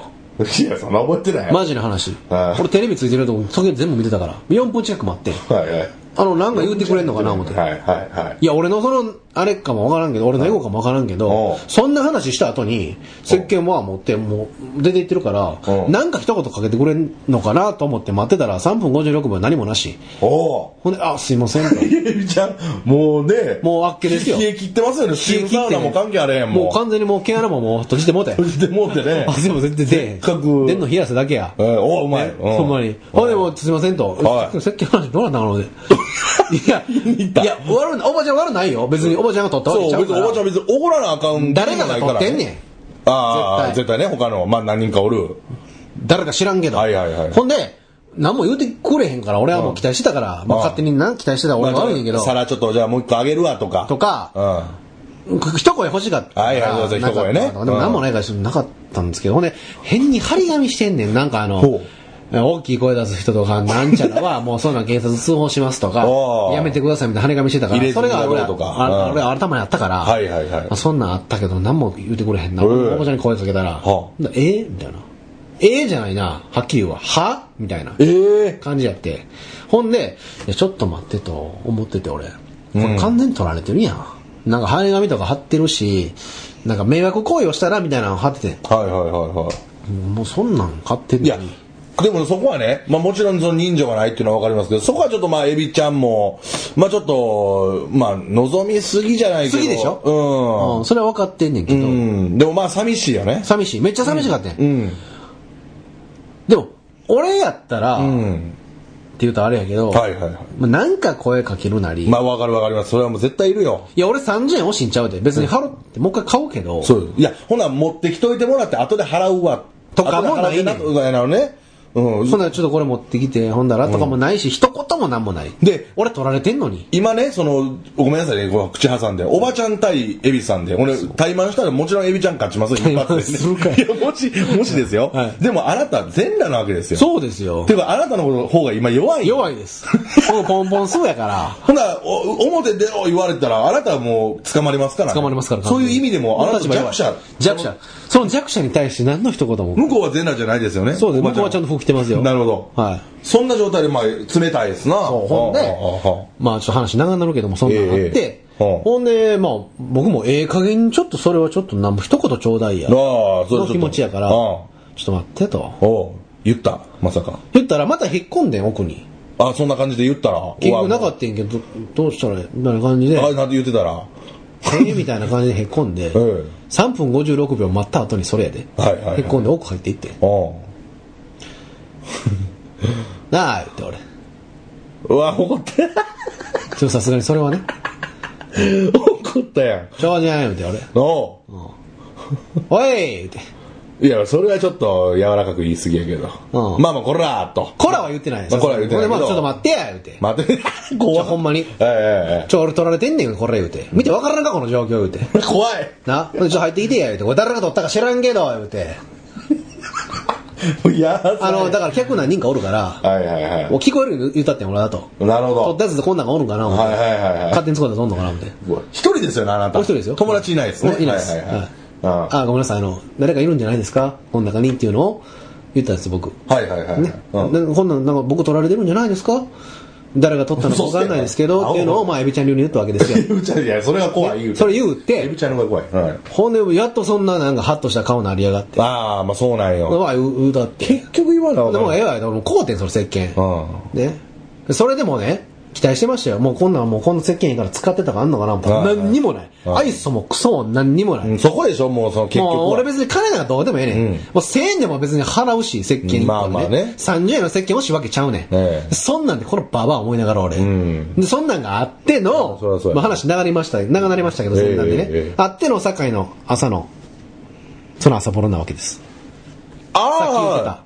[SPEAKER 2] い。いや、そんな覚えてない。
[SPEAKER 3] マジな話。
[SPEAKER 2] はい
[SPEAKER 3] 俺テレビついてるとこ時計全部見てたから。4分近く待って。
[SPEAKER 2] はいはい。
[SPEAKER 3] あの、なんか言うてくれんのかな、思って。
[SPEAKER 2] はいはいはい。
[SPEAKER 3] いや、俺のその、あれかもわからんけど、俺のエゴかもわからんけ
[SPEAKER 2] お
[SPEAKER 3] ど
[SPEAKER 2] う、
[SPEAKER 3] そんな話した後に、石鹸もは持って、もう出て行ってるから
[SPEAKER 2] お、う
[SPEAKER 3] なんか一言かけてくれんのかなと思って待ってたら、3分56秒何もなし。
[SPEAKER 2] おう
[SPEAKER 3] ほんで、あ、すいませんと。
[SPEAKER 2] じゃあもうね
[SPEAKER 3] もうあっけですよ
[SPEAKER 2] 冷え切ってますよねスチームサウナも関係あれへんもん
[SPEAKER 3] もう完全にもう毛穴ももう閉じてもうたよ。
[SPEAKER 2] でもってね
[SPEAKER 3] あ、でも全然出えへん。
[SPEAKER 2] せっかく
[SPEAKER 3] 出んの冷や汗だけや。
[SPEAKER 2] えーおううまいうん
[SPEAKER 3] ほんまに。ほんでもうすいませんと。
[SPEAKER 2] はい
[SPEAKER 3] 石鹸の話どうなった ので。いや、いや、悪いおばちゃん悪ないよ。別におばちゃんが取ったわけち
[SPEAKER 2] そ
[SPEAKER 3] ゃ
[SPEAKER 2] う
[SPEAKER 3] う
[SPEAKER 2] 別
[SPEAKER 3] か
[SPEAKER 2] に
[SPEAKER 3] ら
[SPEAKER 2] おばちゃん別に怒らなあかん
[SPEAKER 3] 誰かが取ってんねん。
[SPEAKER 2] ああ絶
[SPEAKER 3] 絶
[SPEAKER 2] 対ね他のまあ何人かおる
[SPEAKER 3] 誰か知らんけど。
[SPEAKER 2] はいはいはい
[SPEAKER 3] ほんで、何も言うてくれへんから、俺はもう期待してたから、まあ
[SPEAKER 2] うん
[SPEAKER 3] 勝手にな期待してた俺は悪いねんけど、
[SPEAKER 2] 皿ちょっとじゃあもう一個あげるわとか
[SPEAKER 3] とか、
[SPEAKER 2] うん
[SPEAKER 3] 一声欲しかったから。
[SPEAKER 2] はいはいどうぞ
[SPEAKER 3] なかった
[SPEAKER 2] 一声ね
[SPEAKER 3] でも何もないからなかったんですけど、ほんで、変に張り紙してんねん。なんかあ
[SPEAKER 2] ほ
[SPEAKER 3] の、大きい声出す人とか、なんちゃらは、 もうそんなん警察通報しますとか
[SPEAKER 2] お、ー
[SPEAKER 3] やめてくださいみたいな張り紙してたか
[SPEAKER 2] 入れ
[SPEAKER 3] ら、
[SPEAKER 2] ず
[SPEAKER 3] そ
[SPEAKER 2] に
[SPEAKER 3] れ
[SPEAKER 2] や
[SPEAKER 3] が俺
[SPEAKER 2] ろうと
[SPEAKER 3] は、
[SPEAKER 2] か
[SPEAKER 3] あ
[SPEAKER 2] うん
[SPEAKER 3] 俺は頭にあったから、
[SPEAKER 2] はいはいはい
[SPEAKER 3] あそんなんあったけど、何も言うてくれへんな。
[SPEAKER 2] うん
[SPEAKER 3] おばちゃんに声かけたら、
[SPEAKER 2] は
[SPEAKER 3] えーみたいな。ええじゃないな。はっきり言うわ。はみたいな。
[SPEAKER 2] ええ
[SPEAKER 3] 感じやって。ほんで、いやちょっと待ってと思ってて俺。これ完全に取られてるやん。なんか貼り紙とか貼ってるし、なんか迷惑行為をしたらみたいなの貼ってて。
[SPEAKER 2] はいはいはいはい
[SPEAKER 3] もうそんなん買ってん
[SPEAKER 2] い
[SPEAKER 3] の
[SPEAKER 2] や
[SPEAKER 3] に。、
[SPEAKER 2] でもそこはね、まあもちろんその人情がないっていうのはわかりますけど、そこはちょっとまあエビちゃんも、まあちょっと、まあ望みすぎじゃないけど。
[SPEAKER 3] すぎでし
[SPEAKER 2] ょ
[SPEAKER 3] うん。それは分かってんねんけ
[SPEAKER 2] う
[SPEAKER 3] ど。
[SPEAKER 2] ん。うん。でもまあ寂しいよね。
[SPEAKER 3] 寂しい。めっちゃ寂しかっ
[SPEAKER 2] う
[SPEAKER 3] たんや。
[SPEAKER 2] ん。
[SPEAKER 3] でも、俺やったら、
[SPEAKER 2] う
[SPEAKER 3] って
[SPEAKER 2] ん。
[SPEAKER 3] 言うとあれやけど、
[SPEAKER 2] はいはいは
[SPEAKER 3] まあなんか声かけるなり
[SPEAKER 2] い。、まあわかるわかります。それはもう絶対いるよ。
[SPEAKER 3] いや、俺30円惜しいんちゃうで。別に払って、もう一回買うけど、
[SPEAKER 2] そういや、ほな持ってきといてもらって後で払うわ。
[SPEAKER 3] とかもない
[SPEAKER 2] 後
[SPEAKER 3] ねん
[SPEAKER 2] で払ってなみたいなのね。うん。
[SPEAKER 3] そんならちょっとこれ持ってきて、ほんだらとかもないし、一言もなんもない。
[SPEAKER 2] で
[SPEAKER 3] 俺取られてんのに。
[SPEAKER 2] 今ね、その、ごめんなさいね、こう口挟んで、おばちゃん対エビさんで、俺、対マンしたらもちろんエビちゃん勝ちますよ、一発
[SPEAKER 3] 対マン
[SPEAKER 2] で、ね。いや、もし、もしですよ。
[SPEAKER 3] はい
[SPEAKER 2] でも、あなた、全裸なわけですよ。
[SPEAKER 3] そうですよ
[SPEAKER 2] て。いうか、あなたの方が今弱い。
[SPEAKER 3] 弱いです。もうポンポンそうやから。
[SPEAKER 2] ほな、お表出ろ言われたら、あなたはもう捕まりますから、
[SPEAKER 3] 捕まりますから。
[SPEAKER 2] そういう意味でも、あなた
[SPEAKER 3] 立場弱
[SPEAKER 2] 弱
[SPEAKER 3] い
[SPEAKER 2] 者。
[SPEAKER 3] 弱者。その弱者に対して何の一言も。
[SPEAKER 2] 向こうは全裸じゃないですよね。
[SPEAKER 3] そうです。
[SPEAKER 2] おば
[SPEAKER 3] 僕はちゃんと服着てますよ。
[SPEAKER 2] なるほど。
[SPEAKER 3] はい。
[SPEAKER 2] そんな状態で、まあ、冷たいですな。
[SPEAKER 3] そうほんで
[SPEAKER 2] ああああああ
[SPEAKER 3] まあちょっと話長なるけども、そんなんあっ
[SPEAKER 2] え
[SPEAKER 3] て
[SPEAKER 2] え。ほう
[SPEAKER 3] ほんで、まあ僕もええ加減にちょっとそれはちょっとなんも一言ちょうだいや。
[SPEAKER 2] ああ、それちょっ
[SPEAKER 3] の
[SPEAKER 2] と
[SPEAKER 3] 気持ちやから、
[SPEAKER 2] ああ
[SPEAKER 3] ちょっと待ってと。
[SPEAKER 2] おう言った、まさか。
[SPEAKER 3] 言ったらまた引っ込んでん、奥に。
[SPEAKER 2] あ、そんな感じで言ったら。
[SPEAKER 3] 結局なか
[SPEAKER 2] っ
[SPEAKER 3] ったんやけど、どどうしたらみたいな感じで、
[SPEAKER 2] あ、なんて言ってたら。
[SPEAKER 3] ええみたいな感じでへっこんで、
[SPEAKER 2] え
[SPEAKER 3] 3分56秒待った後にそれやで。
[SPEAKER 2] はいはいはい
[SPEAKER 3] へっこんで奥入っていって。
[SPEAKER 2] え。うん。
[SPEAKER 3] なあ、言って俺。
[SPEAKER 2] うわ、怒った。
[SPEAKER 3] でもさすがにそれはね、
[SPEAKER 2] 怒ったやん。
[SPEAKER 3] しょうがないよって俺。
[SPEAKER 2] お
[SPEAKER 3] おい言って。
[SPEAKER 2] ういや、それはちょっと柔らかく言い過ぎやけど。
[SPEAKER 3] うん
[SPEAKER 2] まあまあ、こらーっと。
[SPEAKER 3] コラは言ってない
[SPEAKER 2] まあコラは言ってないけど
[SPEAKER 3] ほんでまあちょっと待ってや、言うて。
[SPEAKER 2] 待て、 怖
[SPEAKER 3] ち
[SPEAKER 2] い
[SPEAKER 3] ょほんまに。
[SPEAKER 2] えええ
[SPEAKER 3] ちょ、俺取られてんねんよ、これ言うて。見てわからんか、この状況言うて。
[SPEAKER 2] え。 怖い。
[SPEAKER 3] な、ほんでちょ、入ってきてや、言うて。これ誰が取ったか知らんけど、言うて。
[SPEAKER 2] いや、
[SPEAKER 3] あの、だから客何人かおるから、
[SPEAKER 2] はいはいはい。
[SPEAKER 3] もう聞こえる言うたってん俺だと。
[SPEAKER 2] なるほ
[SPEAKER 3] 取っ
[SPEAKER 2] ど。
[SPEAKER 3] たやつでこんなんがおるんかな、思って
[SPEAKER 2] はいはいはいはい
[SPEAKER 3] 勝手に使うたらどんのかな、思って。
[SPEAKER 2] うわ一人ですよね、あなた。
[SPEAKER 3] お一人ですよ
[SPEAKER 2] 友達いないですね。
[SPEAKER 3] いないです
[SPEAKER 2] はいはいはい。うん
[SPEAKER 3] あ、ごめんなさい、あの、誰かいるんじゃないですかこの中にっていうのを言ったんです、僕。
[SPEAKER 2] はいはいはい。
[SPEAKER 3] ね。
[SPEAKER 2] うん
[SPEAKER 3] でこんなん、なんか僕取られてるんじゃないですか誰が取ったのかわかんないですけど、っていうのを、まあ、エビちゃん流に言ったわけです よ。
[SPEAKER 2] ゆうちゃんいや、それが怖い、言う
[SPEAKER 3] そ
[SPEAKER 2] れ、
[SPEAKER 3] れ言うっ
[SPEAKER 2] ゆう
[SPEAKER 3] て、
[SPEAKER 2] ちゃんの方が怖い。はい
[SPEAKER 3] ほんで、やっとそんな、なんか、ハッとした顔になりやがって。
[SPEAKER 2] ああ、まあそうなんよ。
[SPEAKER 3] まあ、言う言うだって。
[SPEAKER 2] 結局言わなあ
[SPEAKER 3] で
[SPEAKER 2] かん
[SPEAKER 3] も、ええわ、でも、こうてん、その石
[SPEAKER 2] う
[SPEAKER 3] 鹸。
[SPEAKER 2] ん。
[SPEAKER 3] ね。それでもね、期待してましたよ。もうこんなん、もうこんな石鹸いいから使ってたかあんのかな、みたい
[SPEAKER 2] は
[SPEAKER 3] ない何にもない。
[SPEAKER 2] は
[SPEAKER 3] ア
[SPEAKER 2] い
[SPEAKER 3] イスもクソも何にもない。
[SPEAKER 2] うんそこでしょ、もうその結局は。
[SPEAKER 3] もう俺別に金なんかどうでもええねん。
[SPEAKER 2] うん
[SPEAKER 3] もう1000円でも別に払うし、石鹸一本ね
[SPEAKER 2] まあまあね
[SPEAKER 3] 30円の石鹸欲しいわけちゃうねん。
[SPEAKER 2] ええ
[SPEAKER 3] そんなんでこのババア思いながら俺。
[SPEAKER 2] ん
[SPEAKER 3] でそんなんがあっての、
[SPEAKER 2] そりゃそうや
[SPEAKER 3] まあ話長なりました、長なりましたけど、
[SPEAKER 2] ええ
[SPEAKER 3] そんなんでね。
[SPEAKER 2] ええええ
[SPEAKER 3] あっての堺の朝の、その朝ボロなわけです。さっき言って
[SPEAKER 2] あ
[SPEAKER 3] た
[SPEAKER 2] あ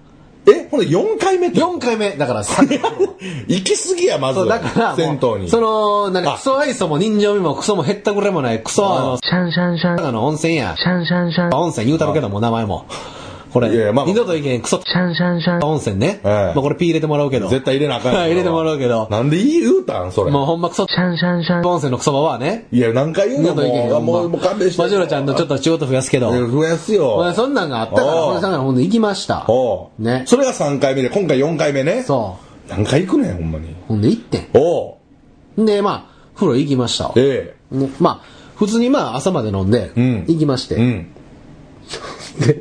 [SPEAKER 2] え、ほんで4回目って
[SPEAKER 3] 4回目、だから堺のボロ
[SPEAKER 2] 行き過ぎや、まず
[SPEAKER 3] そう、
[SPEAKER 2] は。
[SPEAKER 3] だから、
[SPEAKER 2] 銭湯
[SPEAKER 3] もう
[SPEAKER 2] に。
[SPEAKER 3] その、何
[SPEAKER 2] あ
[SPEAKER 3] クソ愛想も人情味もクソも減ったくれもない、クソ、あの、
[SPEAKER 4] シャンシャンシャン、
[SPEAKER 3] 佐賀の温泉や、
[SPEAKER 4] シャンシャンシャン、
[SPEAKER 3] 温泉言うたろうけども、名前も。これ、
[SPEAKER 2] いやいやまあ
[SPEAKER 3] 二度といけん、クソ
[SPEAKER 4] シャンシャンシャン、
[SPEAKER 3] 温泉ね。
[SPEAKER 2] ええ
[SPEAKER 3] まあこれ P 入れてもらうけど。
[SPEAKER 2] 絶対入れなあかんよ
[SPEAKER 3] はい入れてもらうけど。
[SPEAKER 2] なんで言うたんそれ。
[SPEAKER 3] もうほんまクソ、
[SPEAKER 4] シャンシャンシャン、
[SPEAKER 3] 温泉のクソババアね。
[SPEAKER 2] いや、何回言う
[SPEAKER 3] 二
[SPEAKER 2] の
[SPEAKER 3] 度といけへん
[SPEAKER 2] も
[SPEAKER 3] よ
[SPEAKER 2] う、もう、もう勘弁して。
[SPEAKER 3] マジロちゃんのちょっと仕事増やすけど。
[SPEAKER 2] いや増やすよ。
[SPEAKER 3] まあそんなんがあったから、
[SPEAKER 2] おう
[SPEAKER 3] これさんがほんと行きました。
[SPEAKER 2] おう
[SPEAKER 3] ね
[SPEAKER 2] それが3回目で、今回4回目ね。。
[SPEAKER 3] そう
[SPEAKER 2] 何回行くねん、ほんまに
[SPEAKER 3] う。。ほんで行って。
[SPEAKER 2] おうん
[SPEAKER 3] で、まあ、風呂行きましたわ。
[SPEAKER 2] ええ。
[SPEAKER 3] ねまあ、普通にまあ朝まで飲んで、
[SPEAKER 2] ん
[SPEAKER 3] 行きまして、
[SPEAKER 2] うん。
[SPEAKER 3] で、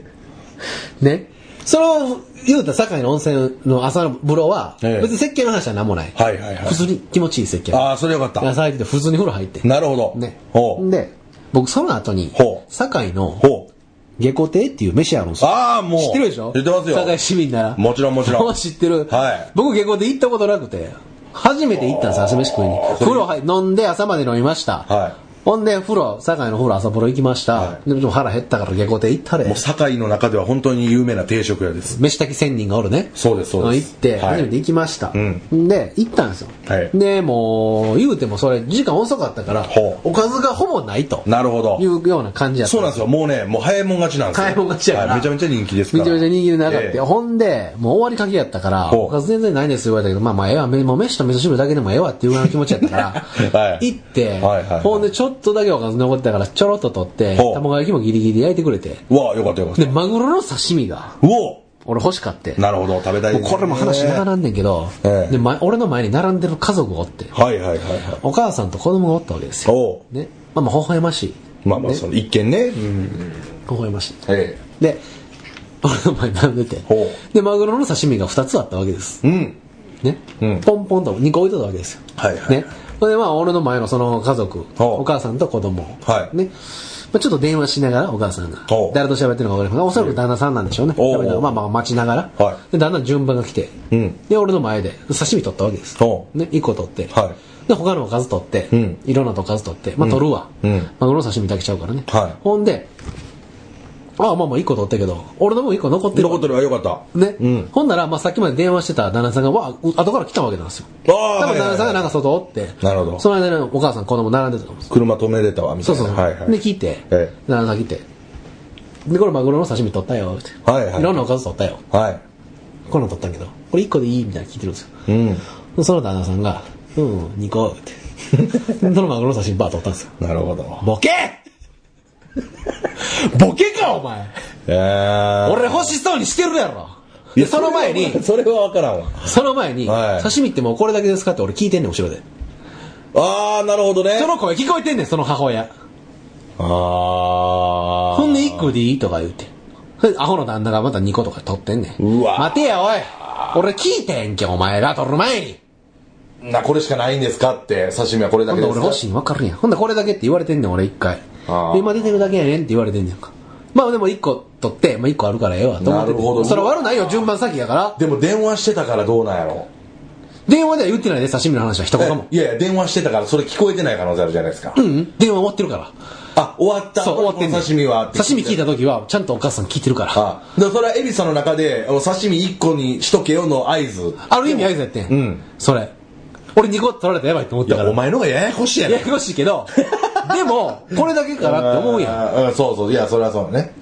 [SPEAKER 3] ね。その、言うた堺の温泉の朝の風呂は、
[SPEAKER 2] ええ
[SPEAKER 3] 別に設計の話は何もない。
[SPEAKER 2] はいはいはい
[SPEAKER 3] 普通に気持ちいい設計。
[SPEAKER 2] ああ、それよかった。
[SPEAKER 3] 朝入って普通に風呂入って。
[SPEAKER 2] なるほど。
[SPEAKER 3] ね。
[SPEAKER 2] ほう。
[SPEAKER 3] で、僕その後に
[SPEAKER 2] ほ、う
[SPEAKER 3] 堺の
[SPEAKER 2] ほう。
[SPEAKER 3] 下戸亭っていう飯あるんですよ。
[SPEAKER 2] ああ、もう。
[SPEAKER 3] 知ってるでしょ
[SPEAKER 2] 知ってますよ。
[SPEAKER 3] 堺市民なら。
[SPEAKER 2] もちろんもちろん
[SPEAKER 3] もう 知ってる。
[SPEAKER 2] はい
[SPEAKER 3] 僕下戸亭行ったことなくて、初めて行ったんです、朝飯食いに。風呂入飲んで朝まで飲みました。
[SPEAKER 2] はい
[SPEAKER 3] ほんで、風呂、堺の風呂朝風呂行きました。
[SPEAKER 2] は
[SPEAKER 3] で、ちょっと腹減ったから下戸亭行ったで。
[SPEAKER 2] もう堺の中では本当に有名な定食屋です。
[SPEAKER 3] 飯炊き仙人がおるね。
[SPEAKER 2] そうですそうです
[SPEAKER 3] 行って、
[SPEAKER 2] はい
[SPEAKER 3] 初めて行きました。
[SPEAKER 2] う
[SPEAKER 3] で、行ったんですよ。
[SPEAKER 2] はい
[SPEAKER 3] で、もう、言うてもそれ、時間遅かったから
[SPEAKER 2] ほ、う
[SPEAKER 3] おかずがほぼないと。
[SPEAKER 2] なるほど
[SPEAKER 3] い。うような感じやった。
[SPEAKER 2] そうなんですよ。もうね、もう早いもん勝ちなんですよ。
[SPEAKER 3] 買い物勝ちやから、
[SPEAKER 2] はいめちゃめちゃ人気ですから。
[SPEAKER 3] めちゃめちゃ人気でなかった、
[SPEAKER 2] ええ
[SPEAKER 3] ほんでもう終わりかけやったから
[SPEAKER 2] ほう
[SPEAKER 3] おかず全然ないですよ言われたけどまあまあええわめもう飯と味噌汁だけでもええわっていうような気持ちやったか ら、
[SPEAKER 2] はい
[SPEAKER 3] 行って、
[SPEAKER 2] はいはいはい
[SPEAKER 3] ほんでちょっとだけおかず残ってたからちょろっと取って
[SPEAKER 2] ほう
[SPEAKER 3] 卵焼きもギリギリ焼いてくれて
[SPEAKER 2] うわ、よかったよかった。
[SPEAKER 3] で
[SPEAKER 2] う
[SPEAKER 3] マグロの刺身が
[SPEAKER 2] お
[SPEAKER 3] 俺欲しかって
[SPEAKER 2] なるほど、食べたい
[SPEAKER 3] もう
[SPEAKER 2] ですね
[SPEAKER 3] これも話長なんねんけど、
[SPEAKER 2] ええ
[SPEAKER 3] でま俺の前に並んでる家族がおって
[SPEAKER 2] はいはいはいは
[SPEAKER 3] お母さんと子供がおったわけです
[SPEAKER 2] い。
[SPEAKER 3] よ、
[SPEAKER 2] おう
[SPEAKER 3] ね、まあまあ微笑ましい
[SPEAKER 2] まあまあ、その一見ね。
[SPEAKER 3] 微笑ましい
[SPEAKER 2] え
[SPEAKER 3] で俺の前に並んでて
[SPEAKER 2] ほ
[SPEAKER 3] でマグロの刺身が2つあったわけです
[SPEAKER 2] え。うん。
[SPEAKER 3] ね、
[SPEAKER 2] うん
[SPEAKER 3] ポンポンと2個置いとったわけですよ、
[SPEAKER 2] はいはい
[SPEAKER 3] ねそれでまあ俺の前のその家族
[SPEAKER 2] ほう
[SPEAKER 3] お母さんと子供
[SPEAKER 2] はい
[SPEAKER 3] ねまあ、ちょっと電話しながらお母さんが
[SPEAKER 2] ほう
[SPEAKER 3] 誰と喋ってるのか分かりませんがおそらく旦那さんなんでしょうね
[SPEAKER 2] ほう
[SPEAKER 3] 喋りながらまあまあ待ちながら、
[SPEAKER 2] はい
[SPEAKER 3] でだんだん順番が来て、
[SPEAKER 2] うん
[SPEAKER 3] で俺の前で刺身取ったわけです、
[SPEAKER 2] ほう
[SPEAKER 3] ね、1個取って、
[SPEAKER 2] は
[SPEAKER 3] で他のおかず取って、
[SPEAKER 2] うん
[SPEAKER 3] いろんなとおかず取ってまあ取るわ、
[SPEAKER 2] うん
[SPEAKER 3] マグロの刺身だけちゃうからね、
[SPEAKER 2] はい
[SPEAKER 3] ほんでああまあまあ1個取ったけど俺の分1個残ってるわ
[SPEAKER 2] 残ってるわ、よかった。
[SPEAKER 3] ね、
[SPEAKER 2] うん。
[SPEAKER 3] ほんなら、まあ、さっきまで電話してた旦那さんが、わあ、う後から来たわけなんですよ。
[SPEAKER 2] あ
[SPEAKER 3] 多
[SPEAKER 2] あ、は
[SPEAKER 3] 分
[SPEAKER 2] い
[SPEAKER 3] 旦那さんが
[SPEAKER 2] は
[SPEAKER 3] ないん
[SPEAKER 2] は
[SPEAKER 3] か
[SPEAKER 2] い
[SPEAKER 3] 外おって、
[SPEAKER 2] なるほど
[SPEAKER 3] その間にお母さん、子供並んでたと思うんですよ
[SPEAKER 2] 車止めれたわ、みた
[SPEAKER 3] そ
[SPEAKER 2] いうな。
[SPEAKER 3] そうそう。
[SPEAKER 2] はいはい。
[SPEAKER 3] で、聞いて、
[SPEAKER 2] ええ
[SPEAKER 3] 旦那さん来て、で、これマグロの刺身取ったよ、って。
[SPEAKER 2] はいはい
[SPEAKER 3] ろんなおかず取ったよ。
[SPEAKER 2] は
[SPEAKER 3] こんなん取ったけど、これ1個でいいみたいなの聞いてるんですよ。
[SPEAKER 2] い。うん。
[SPEAKER 3] でその旦那さんが、うん、2個、って。 でそのマグロの刺身バー取ったんですよ。
[SPEAKER 2] なるほど。
[SPEAKER 3] ボケ ボケか、お前
[SPEAKER 2] えー。
[SPEAKER 3] 俺欲しそうにしてるやろ
[SPEAKER 2] い
[SPEAKER 3] で、
[SPEAKER 2] や
[SPEAKER 3] その前に、
[SPEAKER 2] それはわからんわ。
[SPEAKER 3] その前に、
[SPEAKER 2] はい
[SPEAKER 3] 刺身ってもうこれだけですかって俺聞いてんねん、後ろで。
[SPEAKER 2] ああ、なるほどね。
[SPEAKER 3] その声聞こえてんねん、その母親。
[SPEAKER 2] ああ。
[SPEAKER 3] ほんで1個でいいとか言うて。それでアホの旦那がまた2個とか取ってんねん。
[SPEAKER 2] うわ
[SPEAKER 3] 待てや、おい俺聞いてんけん、お前が取る前に。
[SPEAKER 2] な、これしかないんですかって、刺身はこれだ
[SPEAKER 3] ほ
[SPEAKER 2] け
[SPEAKER 3] んで
[SPEAKER 2] です
[SPEAKER 3] 俺欲しいに分かるやん。ほんでこれだけって言われてんねん、俺1回。で
[SPEAKER 2] あー
[SPEAKER 3] 今出てるだけやねんって言われてんねんか。まあでも1個取って、まあ1個あるからええわと思ってて。
[SPEAKER 2] なるほど
[SPEAKER 3] それ悪ないよ、順番先やから。
[SPEAKER 2] でも電話してたからどうなんやろ
[SPEAKER 3] 電話では言ってないで、刺身の話は一言も。
[SPEAKER 2] いやいや、電話してたからそれ聞こえてない可能性あるじゃないですか。うん。
[SPEAKER 3] うん電話終わってるから。
[SPEAKER 2] あ、終わった。
[SPEAKER 3] そう、終わってんねん。
[SPEAKER 2] 刺身は
[SPEAKER 3] 刺身聞い
[SPEAKER 2] た。
[SPEAKER 3] た時は、ちゃんとお母さん聞いてるから。
[SPEAKER 2] あ、だからそれはエビさんの中で、お刺身1個にしとけよの合図。
[SPEAKER 3] ある意味合図やってん。
[SPEAKER 2] うん
[SPEAKER 3] それ。俺2個取られたらやばいと思っ
[SPEAKER 2] い
[SPEAKER 3] たか
[SPEAKER 2] や、
[SPEAKER 3] ら。
[SPEAKER 2] お前の方がややこしいや
[SPEAKER 3] や
[SPEAKER 2] ねん
[SPEAKER 3] や。こしい けど。でも、これだけかなって思うやん。
[SPEAKER 2] ん。うん、そうそう。いや、それはそうだね。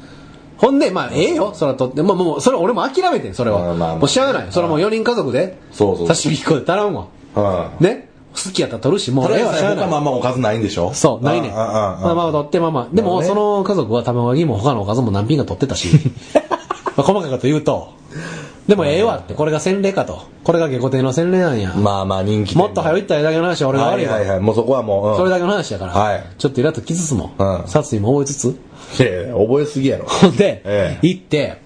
[SPEAKER 3] ほんで、まあ、ええよ、そら取って。まあ、もう、それ俺も諦めてん、それは。
[SPEAKER 2] まあまあまあ
[SPEAKER 3] もうしゃあない。それはもう4人家族で。
[SPEAKER 2] そうそう
[SPEAKER 3] 刺身1個で足らんわ。
[SPEAKER 2] うん。
[SPEAKER 3] ね。好きやったら取るし、も
[SPEAKER 2] た
[SPEAKER 3] う
[SPEAKER 2] だ
[SPEAKER 3] ええ
[SPEAKER 2] で
[SPEAKER 3] わ、し
[SPEAKER 2] さ
[SPEAKER 3] ゃあ
[SPEAKER 2] え
[SPEAKER 3] ない
[SPEAKER 2] 他。まあまあおかずないんでしょ
[SPEAKER 3] そう、ないねん。
[SPEAKER 2] うん
[SPEAKER 3] まあ
[SPEAKER 2] うん
[SPEAKER 3] ま
[SPEAKER 2] う
[SPEAKER 3] あ
[SPEAKER 2] ん。
[SPEAKER 3] 取って、まあまあ。でも、
[SPEAKER 2] なるほ
[SPEAKER 3] そ
[SPEAKER 2] どね
[SPEAKER 3] の家族は卵焼きも他のおかずも何品か取って たし。まあ、細かく言うと。でもええわって、これが洗礼かと。これが下戸亭の洗礼なんや。
[SPEAKER 2] まあまあ人気店
[SPEAKER 3] もっと早いったらええだけの話、俺が
[SPEAKER 2] は
[SPEAKER 3] 悪い
[SPEAKER 2] い
[SPEAKER 3] わ
[SPEAKER 2] はい。はい。もうそこはもう。うん
[SPEAKER 3] それだけの話やから、
[SPEAKER 2] はい
[SPEAKER 3] ちょっとイラっときつつも、
[SPEAKER 2] うん
[SPEAKER 3] 殺意も覚えつつ、
[SPEAKER 2] いやいや覚えすぎや ろ。
[SPEAKER 3] ほんで、
[SPEAKER 2] ええ
[SPEAKER 3] 行って、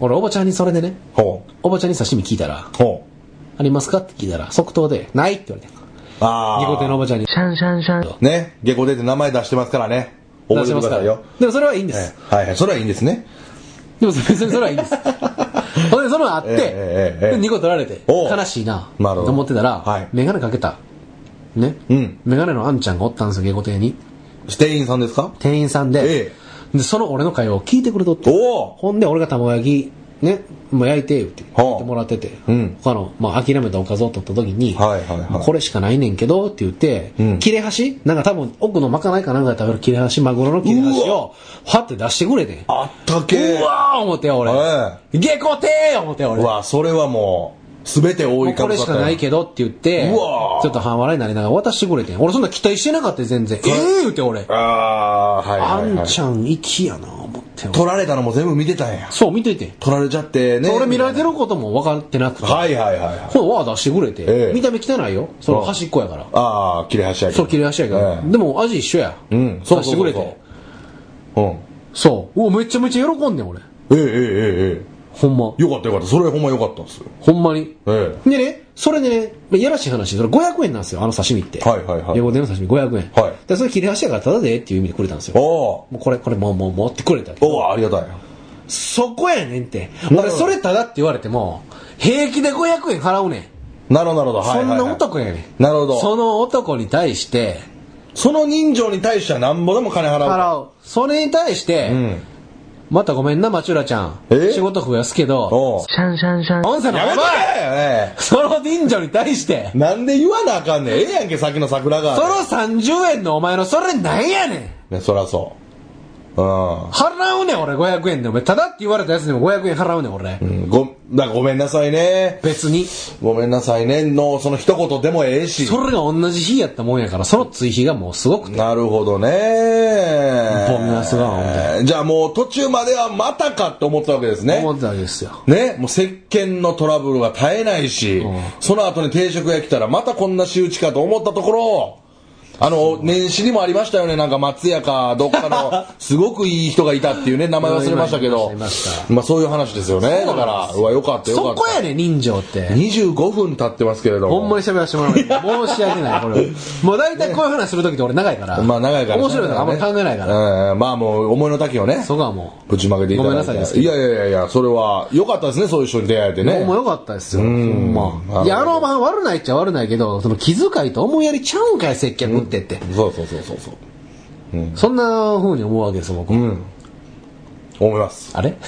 [SPEAKER 3] 俺、おばちゃんにそれでね、
[SPEAKER 2] ほ
[SPEAKER 3] おばちゃんに刺身聞いたら、
[SPEAKER 2] う。ほう。
[SPEAKER 3] ありますかって聞いたら、即答で、ないって言われて、
[SPEAKER 2] ああ。
[SPEAKER 3] 二個手のおばちゃんに、
[SPEAKER 2] ね、下校出て名前出してますからね。覚え
[SPEAKER 3] 出してま
[SPEAKER 2] く
[SPEAKER 3] す
[SPEAKER 2] ださ
[SPEAKER 3] か
[SPEAKER 2] い
[SPEAKER 3] ら
[SPEAKER 2] よ。。
[SPEAKER 3] でもそれはいいんです。
[SPEAKER 2] はいはい。それはいいんですね。
[SPEAKER 3] でも別にそれはいい んです。ほんで、そのあって、
[SPEAKER 2] ええええええ
[SPEAKER 3] で2個取られて、
[SPEAKER 2] おう
[SPEAKER 3] 悲しいな、と
[SPEAKER 2] なるほど
[SPEAKER 3] 思ってたら、
[SPEAKER 2] はい
[SPEAKER 3] メガネかけた、ね、
[SPEAKER 2] うん
[SPEAKER 3] メガネのあんちゃんがおったんですよ、下校亭に。
[SPEAKER 2] 店員さんですか
[SPEAKER 3] 店員さんで、
[SPEAKER 2] え
[SPEAKER 3] で、その俺の会話を聞いてくれとって。
[SPEAKER 2] おお
[SPEAKER 3] ほんで、俺が卵焼き、ね、もう焼いて、って言ってもらってて、
[SPEAKER 2] うん
[SPEAKER 3] 他の、まあ、諦めたおかずを取った時に、
[SPEAKER 2] はいはいはい
[SPEAKER 3] まあこれしかないねんけど、って言って、
[SPEAKER 2] うん
[SPEAKER 3] 切れ端なんか多分、奥のまかないかなんかで食べる切れ端、マグロの切れ端を、はって出してくれてん。
[SPEAKER 2] あったけ
[SPEAKER 3] うわー思ってよ、俺。
[SPEAKER 2] は
[SPEAKER 3] 下校てー思ってよ、
[SPEAKER 2] う
[SPEAKER 3] 俺。も
[SPEAKER 2] わ、それはもう、すべて多
[SPEAKER 3] う
[SPEAKER 2] いか
[SPEAKER 3] こ
[SPEAKER 2] も
[SPEAKER 3] れしかないけどって言って、ち
[SPEAKER 2] うわー
[SPEAKER 3] ょっと半笑いになりながら渡してくれてん。俺そんな期待してなかったよ全然。ええー、言って俺。
[SPEAKER 2] ああ、はい
[SPEAKER 3] あ
[SPEAKER 2] はい、
[SPEAKER 3] ん
[SPEAKER 2] はい。
[SPEAKER 3] ちゃん、粋やな、思って。って
[SPEAKER 2] 取られたのも全部見てたんや。
[SPEAKER 3] そう見てて
[SPEAKER 2] 取られちゃってね。
[SPEAKER 3] 俺見られてることも分かってなくて、
[SPEAKER 2] はいはいはいはい。
[SPEAKER 3] このわ出してくれて、
[SPEAKER 2] ええ
[SPEAKER 3] 見た目汚いよその端っこやから、
[SPEAKER 2] ああ、切れ端やけど。
[SPEAKER 3] そう切れ端やから、
[SPEAKER 2] え
[SPEAKER 3] でも味一緒や、
[SPEAKER 2] えうん。
[SPEAKER 3] 出してくれて
[SPEAKER 2] そうそう
[SPEAKER 3] そうおめちゃめちゃ喜んでん俺
[SPEAKER 2] そう。うん。えええええ
[SPEAKER 3] ほんま
[SPEAKER 2] え。よかったよかった。それほんまよかったんですよ。
[SPEAKER 3] ほんまに
[SPEAKER 2] え
[SPEAKER 3] でね、それでね、まあいやらしい話、それ500円なんですよ、あの刺身って。
[SPEAKER 2] はいはいはい
[SPEAKER 3] 横手の刺身500円。
[SPEAKER 2] はい
[SPEAKER 3] で、それ切れ端やからタダでっていう意味でくれたんです
[SPEAKER 2] え。
[SPEAKER 3] よ。
[SPEAKER 2] おー
[SPEAKER 3] もうこれ、これもう、もう持ってくれたけど
[SPEAKER 2] おーありがたい。
[SPEAKER 3] そこやねんって。
[SPEAKER 2] うん
[SPEAKER 3] 俺、それタダって言われても、平気で500円払うねん。
[SPEAKER 2] なるほどなるほど。はい
[SPEAKER 3] そ
[SPEAKER 2] はい
[SPEAKER 3] ん
[SPEAKER 2] はい
[SPEAKER 3] な男やねん。
[SPEAKER 2] なるほど
[SPEAKER 3] その男に対して、
[SPEAKER 2] その人情に対してはなんぼでも金払う。
[SPEAKER 3] 払う。それに対して、
[SPEAKER 2] うん。
[SPEAKER 3] またごめんな、町浦ちゃん。
[SPEAKER 2] え
[SPEAKER 3] 仕事増やすけど、
[SPEAKER 2] おう
[SPEAKER 3] あんさの
[SPEAKER 2] やめ
[SPEAKER 3] お
[SPEAKER 2] と
[SPEAKER 3] 前
[SPEAKER 2] けえ
[SPEAKER 3] その人情に対して
[SPEAKER 2] え、なんで言わなあかんねん。ええやんけ、先の桜が。
[SPEAKER 3] その30円のお前のそれなんやねん
[SPEAKER 2] ね、そらそう。うん。
[SPEAKER 3] 払うねん俺500円でお前ただって言われたやつにも500円払うねん俺、
[SPEAKER 2] うんご、だごめんなさいね。
[SPEAKER 3] 別に
[SPEAKER 2] ごめんなさいね。の、その一言でもええし。
[SPEAKER 3] それが同じ日やったもんやからその追肥がもうすごくて
[SPEAKER 2] なるほどね。
[SPEAKER 3] ボンナスが思っ
[SPEAKER 2] じゃあもう途中まではまたかって思ったわけですね
[SPEAKER 3] 思。ってたわけですよ
[SPEAKER 2] ね、もう石鹸のトラブルが絶えないし、
[SPEAKER 3] ん
[SPEAKER 2] その後に定食屋来たらまたこんな仕打ちかと思ったところ、あの、年始にもありましたよね、なんか松屋かどっか の、すごくいい人がいたっていうね、名前忘れましたけど
[SPEAKER 3] いましたいまし、
[SPEAKER 2] まあそういう話ですよね。だから、うわ、よかったよか
[SPEAKER 3] そ
[SPEAKER 2] った。
[SPEAKER 3] こやねん人情って
[SPEAKER 2] 25分経ってますけれども。
[SPEAKER 3] ほんまに喋らせてもらう の申し訳ないこれもう大体こういう話する時って俺長いから、
[SPEAKER 2] まあ長いからね、
[SPEAKER 3] 面白いのあんまり考えないから、
[SPEAKER 2] ら。まあもう思いの丈をね、
[SPEAKER 3] そこはも
[SPEAKER 2] ぶちまけていただいて。
[SPEAKER 3] ごめんなさいですけど
[SPEAKER 2] やいやいやいや、それは良かったですね、そういう人に出会えて
[SPEAKER 3] う、
[SPEAKER 2] ね。
[SPEAKER 3] もう良かったですよ、
[SPEAKER 2] ん
[SPEAKER 3] ほんま
[SPEAKER 2] あ
[SPEAKER 3] いやあのお前悪ないっちゃ悪ないけどその気遣いと思いやりちゃうんかい接客ってって、
[SPEAKER 2] そうそうそうそうそう。
[SPEAKER 3] そんな風に思うわけですよ僕、
[SPEAKER 2] うん。思います。
[SPEAKER 3] あれ
[SPEAKER 2] ね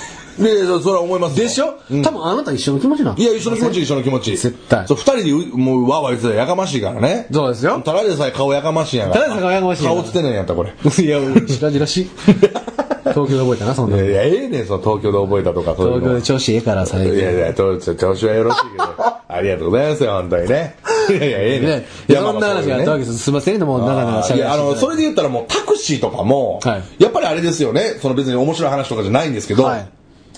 [SPEAKER 2] え、そそれは思いますよ
[SPEAKER 3] でしょ、
[SPEAKER 2] うん
[SPEAKER 3] 多分あなた一緒の気持ちなん
[SPEAKER 2] いや、一緒の気持ち、一緒の気持ち。
[SPEAKER 3] 絶対
[SPEAKER 2] そう、二人でう、もう、わーわー言ってたらやかましいからね。
[SPEAKER 3] そうですよ
[SPEAKER 2] ただでさえ顔やかましいやん
[SPEAKER 3] ただでさえ顔やかましいやん
[SPEAKER 2] 顔つってねんやった、これ。
[SPEAKER 3] いや、しらじらしい。東京で覚えたな、そん
[SPEAKER 2] い
[SPEAKER 3] な
[SPEAKER 2] や、
[SPEAKER 3] の。
[SPEAKER 2] いやええねん、その東京で覚えたとか、そういう
[SPEAKER 3] 東京
[SPEAKER 2] の
[SPEAKER 3] で。調子ええから、最
[SPEAKER 2] いや
[SPEAKER 3] 近。
[SPEAKER 2] いや、と調子はよろしい けど。ありがとうございますよ、本当にね。いやいや、ええね
[SPEAKER 3] ね、
[SPEAKER 2] ん。
[SPEAKER 3] いやそんな話があったわけ
[SPEAKER 2] です。
[SPEAKER 3] です。すいませんね、もう長々
[SPEAKER 2] あ
[SPEAKER 3] し
[SPEAKER 2] ー
[SPEAKER 3] ゃ
[SPEAKER 2] い
[SPEAKER 3] べ
[SPEAKER 2] やあのそれ
[SPEAKER 3] で。
[SPEAKER 2] で言ったらもうタクシーとかも、
[SPEAKER 3] はい
[SPEAKER 2] やっぱりあれですよねその別に面白い話とかじゃないんですけど、
[SPEAKER 3] はい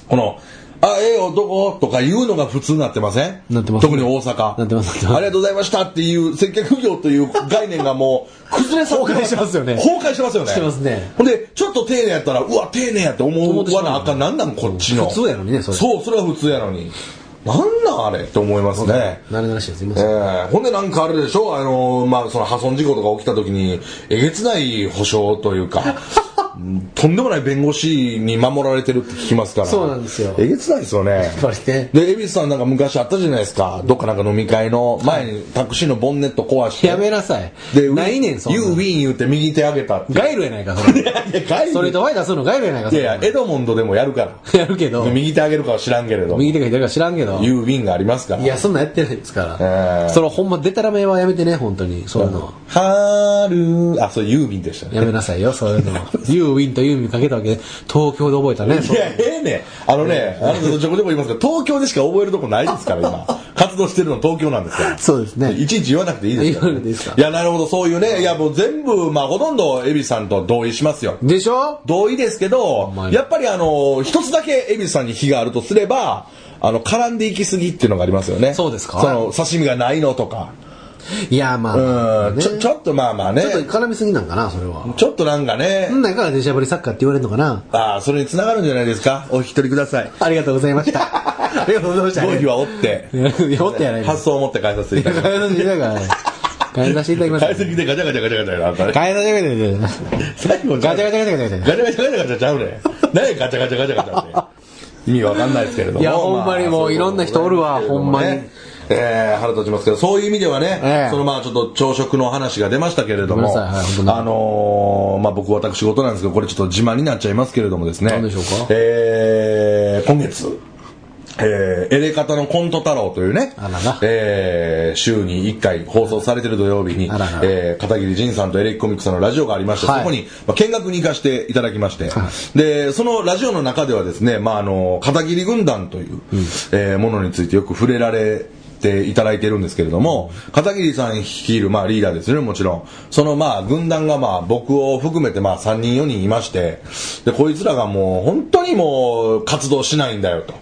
[SPEAKER 2] この「あええよどことか言うのが普通になってません
[SPEAKER 3] なってます
[SPEAKER 2] 特に大阪
[SPEAKER 3] なってますなってます
[SPEAKER 2] ありがとうございましたっていう接客業という概念がもう崩れ去って
[SPEAKER 3] 崩壊してますよね
[SPEAKER 2] 崩壊してますよね
[SPEAKER 3] してますね
[SPEAKER 2] ほんでちょっと丁寧やったらうわ丁寧やって思
[SPEAKER 3] 思ってし
[SPEAKER 2] わ
[SPEAKER 3] まう
[SPEAKER 2] なあかんなんなんこっちの
[SPEAKER 3] 普通やのにねそれ
[SPEAKER 2] そうそれは普通やのになんなんあれって思いますね
[SPEAKER 3] 長々しいです。すいま
[SPEAKER 2] え
[SPEAKER 3] せん。
[SPEAKER 2] えほんでなんかあれでしょあのまあその破損事故とか起きた時にえげつない保証というか うんとんでもない弁護士に守られてるって聞きますから
[SPEAKER 3] そうなんですよ
[SPEAKER 2] えげつないですよね
[SPEAKER 3] ぱりね
[SPEAKER 2] で恵比寿さんなんか昔あったじゃないですかどっかなんか飲み会の前にタクシーのボンネット壊して
[SPEAKER 3] やめなさい。
[SPEAKER 2] で
[SPEAKER 3] ないねん、そん
[SPEAKER 2] ユーウィ
[SPEAKER 3] な。
[SPEAKER 2] ン言って右手上げたって
[SPEAKER 3] ガイルやないか、それ。
[SPEAKER 2] いや外部
[SPEAKER 3] それとワイ出すのガイルやないか、
[SPEAKER 2] い
[SPEAKER 3] そ
[SPEAKER 2] やいやエ
[SPEAKER 3] れ。
[SPEAKER 2] ドモンドでもやるか
[SPEAKER 3] やるけど
[SPEAKER 2] ら、右手上げるかは知らんけれど
[SPEAKER 3] 右手か左手か知らんけど。
[SPEAKER 2] ユーウィンがありますから
[SPEAKER 3] いや、そんなんやってないですか
[SPEAKER 2] ええ
[SPEAKER 3] ら。そのほんま、デタラメはやめてね、本当に。そういうのは。
[SPEAKER 2] はるあそうユーミンでしたね
[SPEAKER 3] やめなさいよ、そういうのは。ユーウィンとユーミンかけたわけで、東京で覚えたね、
[SPEAKER 2] い
[SPEAKER 3] そう
[SPEAKER 2] や、ええねんあのね、あの、どこでも言いますけど、東京でしか覚えるとこないですから、今。活動してるの東京なんですから。
[SPEAKER 3] そうですね
[SPEAKER 2] いちいち言わなくていいですから、
[SPEAKER 3] 言わなくていいですか
[SPEAKER 2] いや、なるほど、そういうね、いや、もう全部、まあ、ほとんど、エビさんと同意しますよ。
[SPEAKER 3] でしょ
[SPEAKER 2] 同意ですけど
[SPEAKER 3] ま、に
[SPEAKER 2] やっぱりあの、一つだけエビさんに火があるとすれば、あの、絡んでいきすぎっていうのがありますよね。
[SPEAKER 3] そうですか
[SPEAKER 2] その、刺身がないのとか。
[SPEAKER 3] いや、まあまあ
[SPEAKER 2] うん、
[SPEAKER 3] ね。
[SPEAKER 2] ちょ、ちょっとまあまあね
[SPEAKER 3] ちょ。っと絡みすぎなんかな、それは。
[SPEAKER 2] ちょっとなんかね
[SPEAKER 3] そ、んなんやからデジャブリサッカーって言われるのかな。
[SPEAKER 2] ああ、それに繋がるんじゃないですか。お引き取りください。
[SPEAKER 3] ありがとうござい ました。ありがとうございました。
[SPEAKER 2] 合否は折って。
[SPEAKER 3] いや、おってやないです。
[SPEAKER 2] 発想を持って返させていただきます。
[SPEAKER 3] 変えさせていただき ます。変えさせていただきます。
[SPEAKER 2] 解析でガチャガチャガチャガチャガチャ
[SPEAKER 3] 変えさせていただ きます。
[SPEAKER 2] 最後
[SPEAKER 3] ガチャガチャガチャガチャガチ
[SPEAKER 2] ガチャガチャガチャガチャちゃうね何ガチャガチャガチャガチャって意味わかんないですけれども
[SPEAKER 3] いやほんまにもう
[SPEAKER 2] そい
[SPEAKER 3] いろんな人おるわ
[SPEAKER 2] こと
[SPEAKER 3] ほんまに
[SPEAKER 2] ですけれどもねえー腹立ちますけどそういう意味ではね、
[SPEAKER 3] ええ
[SPEAKER 2] そのまあちょっと朝食の話が出ましたけれど
[SPEAKER 3] ごめん
[SPEAKER 2] も、
[SPEAKER 3] なさいはい本当に
[SPEAKER 2] あのーまあ僕私事なんですけどこれちょっと自慢になっちゃいますけれどもですね
[SPEAKER 3] 何でしょうか
[SPEAKER 2] えー今月えー、エレカタのコント太郎というね
[SPEAKER 3] あらら、
[SPEAKER 2] えー週に1回放送されてる土曜日に、
[SPEAKER 3] あらら
[SPEAKER 2] えー片桐仁さんとエレキコミックさんのラジオがありまして、
[SPEAKER 3] はい
[SPEAKER 2] そこに、まあ、見学に行かせていただきまして、で、そのラジオの中ではですね、まあ、あの、片桐軍団という、えーものについてよく触れられっていただいてるんですけれども、片桐さん率いる、まあ、リーダーですよね、もちろん。その、まあ、軍団が、まあ、僕を含めて、まあ、3人、4人いまして、で、こいつらがもう、本当にもう、活動しないんだよと。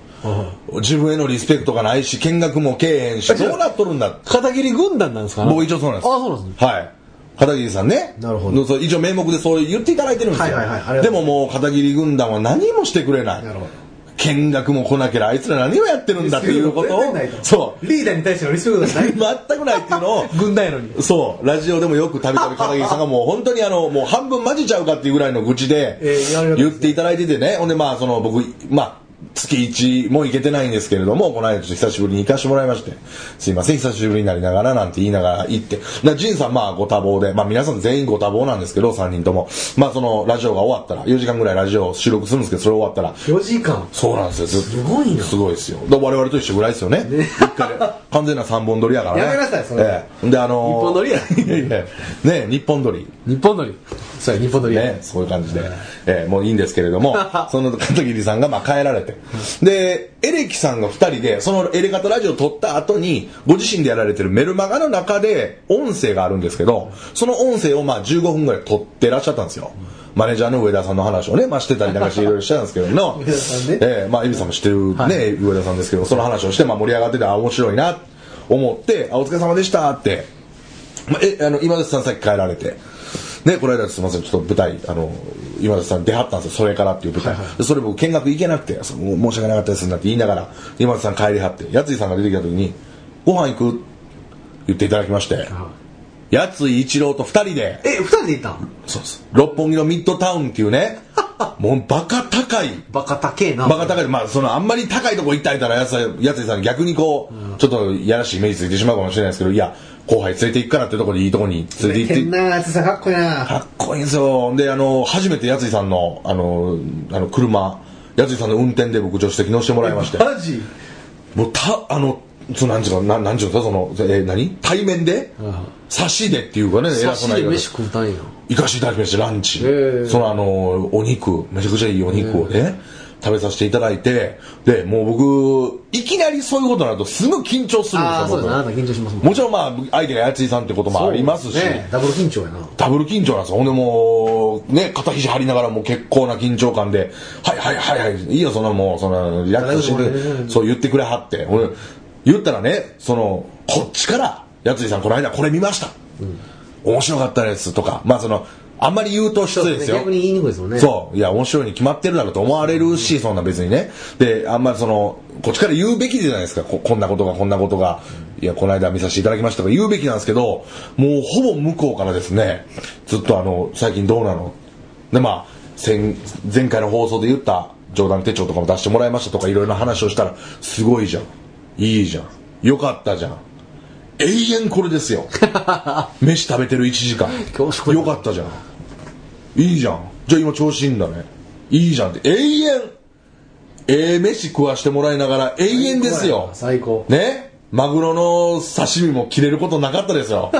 [SPEAKER 2] 自分へのリスペクトがないし、見学もけえへんし、どうなっとるんだって。
[SPEAKER 3] 片桐軍団なんですかね
[SPEAKER 2] もう一応そうなんです。
[SPEAKER 3] あそうなんですね
[SPEAKER 2] はい。片桐さんね。
[SPEAKER 3] なるほど
[SPEAKER 2] そう一応名目でそう言っていただいてるんですよ。
[SPEAKER 3] はいはいはいありが
[SPEAKER 2] で
[SPEAKER 3] とうござ
[SPEAKER 2] ももう片桐軍団は何もしてくれない。
[SPEAKER 3] なるほど
[SPEAKER 2] 見学も来なければあいつら何をやってるんだっていうことを
[SPEAKER 4] 全然ないと
[SPEAKER 2] そう
[SPEAKER 4] リーダーに対してのリスペクトが ない
[SPEAKER 2] 全くないっていうのを
[SPEAKER 4] 軍団やのに
[SPEAKER 2] そうラジオでもよくたびたび片桐さんがもう本当にあのもう半分混じちゃうかっていうぐらいの愚痴で
[SPEAKER 4] えーやられたんですね
[SPEAKER 2] 言っていただいててねほんでまあその僕まあ月1も行けてないんですけれどもこの間ちょっと久しぶりに行かしてもらいましてすいません久しぶりになりながらなんて言いながら行ってなジンさんまあご多忙でまあ皆さん全員ご多忙なんですけど3人ともまあそのラジオが終わったら4時間ぐらいラジオ収録するんですけどそれ終わったら
[SPEAKER 4] 4時間
[SPEAKER 2] そうなんですよずっと
[SPEAKER 4] すごいな
[SPEAKER 2] すごいですよだから我々と一緒ぐらいですよね一回 で完全な三本撮りやからね
[SPEAKER 4] やめなさいそれ
[SPEAKER 2] ええであのー、
[SPEAKER 3] 一本撮りや
[SPEAKER 2] いやいやね日本撮り
[SPEAKER 3] 日本のりそうや日本のりや
[SPEAKER 2] ね、そういう感じで、えーもういいんですけれ どもその片桐さんがまあ帰られてでエレキさんが2人でそのエレカタラジオを撮った後にご自身でやられてるメルマガの中で音声があるんですけどその音声をまあ15分ぐらい撮ってらっしゃったんですよマネージャーの上田さんの話をね、まあ、してたりなんかしていろいろしてたんですけどの
[SPEAKER 4] 上田さんね
[SPEAKER 2] えーまあ、エビさんも知ってるね、上田さんですけどその話をして、まあ、盛り上がっててあ面白いなと思って「あお疲れ様でした」ってまあ、えあの今田さんさっき帰られて、ね、この間すみませんちょっと舞台あの今田さん出はったんですよ「それから」っていう舞台、でそれ僕見学行けなくてその申し訳なかったですなんて言いながら今田さん帰りはってやついさんが出てきた時に「ご飯行く?」言っていただきましてやつい一郎と二人で
[SPEAKER 4] え二人で行ったん
[SPEAKER 2] そうです六本木のミッドタウンってい うねもうバカ高い
[SPEAKER 4] バカ高えな
[SPEAKER 2] バカ高い、まあ、そのあんまり高いとこ行ったりたらやつやついさん逆にこう、ちょっとやらしい目についてしまうかもしれないですけどいや後輩連れて行くからってところでいいとこに連れて行って
[SPEAKER 4] 変なやつさかっこいいな
[SPEAKER 2] かっこいいんですよであの初めてやついさんのあのあの車やついさんの運転で僕助手席乗せてもらいまして
[SPEAKER 4] マジ
[SPEAKER 2] もうたあのそのなんちゅうのななんちゅうのその、えー何対面で差しでっていうかね偉
[SPEAKER 3] 差
[SPEAKER 2] そ
[SPEAKER 3] し
[SPEAKER 2] うな
[SPEAKER 3] で
[SPEAKER 2] 言い方
[SPEAKER 3] 飯食うたんや
[SPEAKER 2] 行かせていただきましたランチ、
[SPEAKER 3] ー
[SPEAKER 2] そのあのお肉めちゃくちゃいいお肉をね、食べさせていただいてでもう僕いきなりそういうことになるとすごい緊張するん
[SPEAKER 3] ああ
[SPEAKER 2] ですよ
[SPEAKER 3] そうですねあなた緊張しますもん
[SPEAKER 2] 僕もちろんまあ相手がやついさんってこともありますし
[SPEAKER 3] ねダブル緊張やな
[SPEAKER 2] ダブル緊張なんですよ。ほんでもう、ね、肩肘張りながらもう結構な緊張感で、はいはいはいはい、いいよ、そのもう、その、リラックスして
[SPEAKER 4] 大丈
[SPEAKER 2] くれ、そう言ってくれはって。俺、言ったらね、その、こっちから、やついさんこの間これ見ました。面白かったですとか、まあその、あんまり言うと失礼ですよ。
[SPEAKER 3] 逆に言いにくいですもんね
[SPEAKER 2] そう。いや、面白いに決まってるだろうと思われるし、そんな別にね。で、あんまりその、こっちから言うべきじゃないですか。ここんなことが、こんなことが。いや、この間見させていただきましたとか言うべきなんですけど、もうほぼ向こうからですね、ずっとあの、最近どうなので、まあ、先前回の放送で言った冗談手帳とかも出してもらいましたとか、いろいろな話をしたら、すごいじゃん。いいじゃん。よかったじゃん。永遠これですよ。飯食べてる1時間。
[SPEAKER 3] 恐縮だ
[SPEAKER 2] よかったじゃん。いいじゃん。じゃあ今調子いいんだね。いいじゃんって。永遠ええ飯食わしてもらいながら永遠ですよ。
[SPEAKER 3] 最高
[SPEAKER 2] ねマグロの刺身も切れることなかったですよ。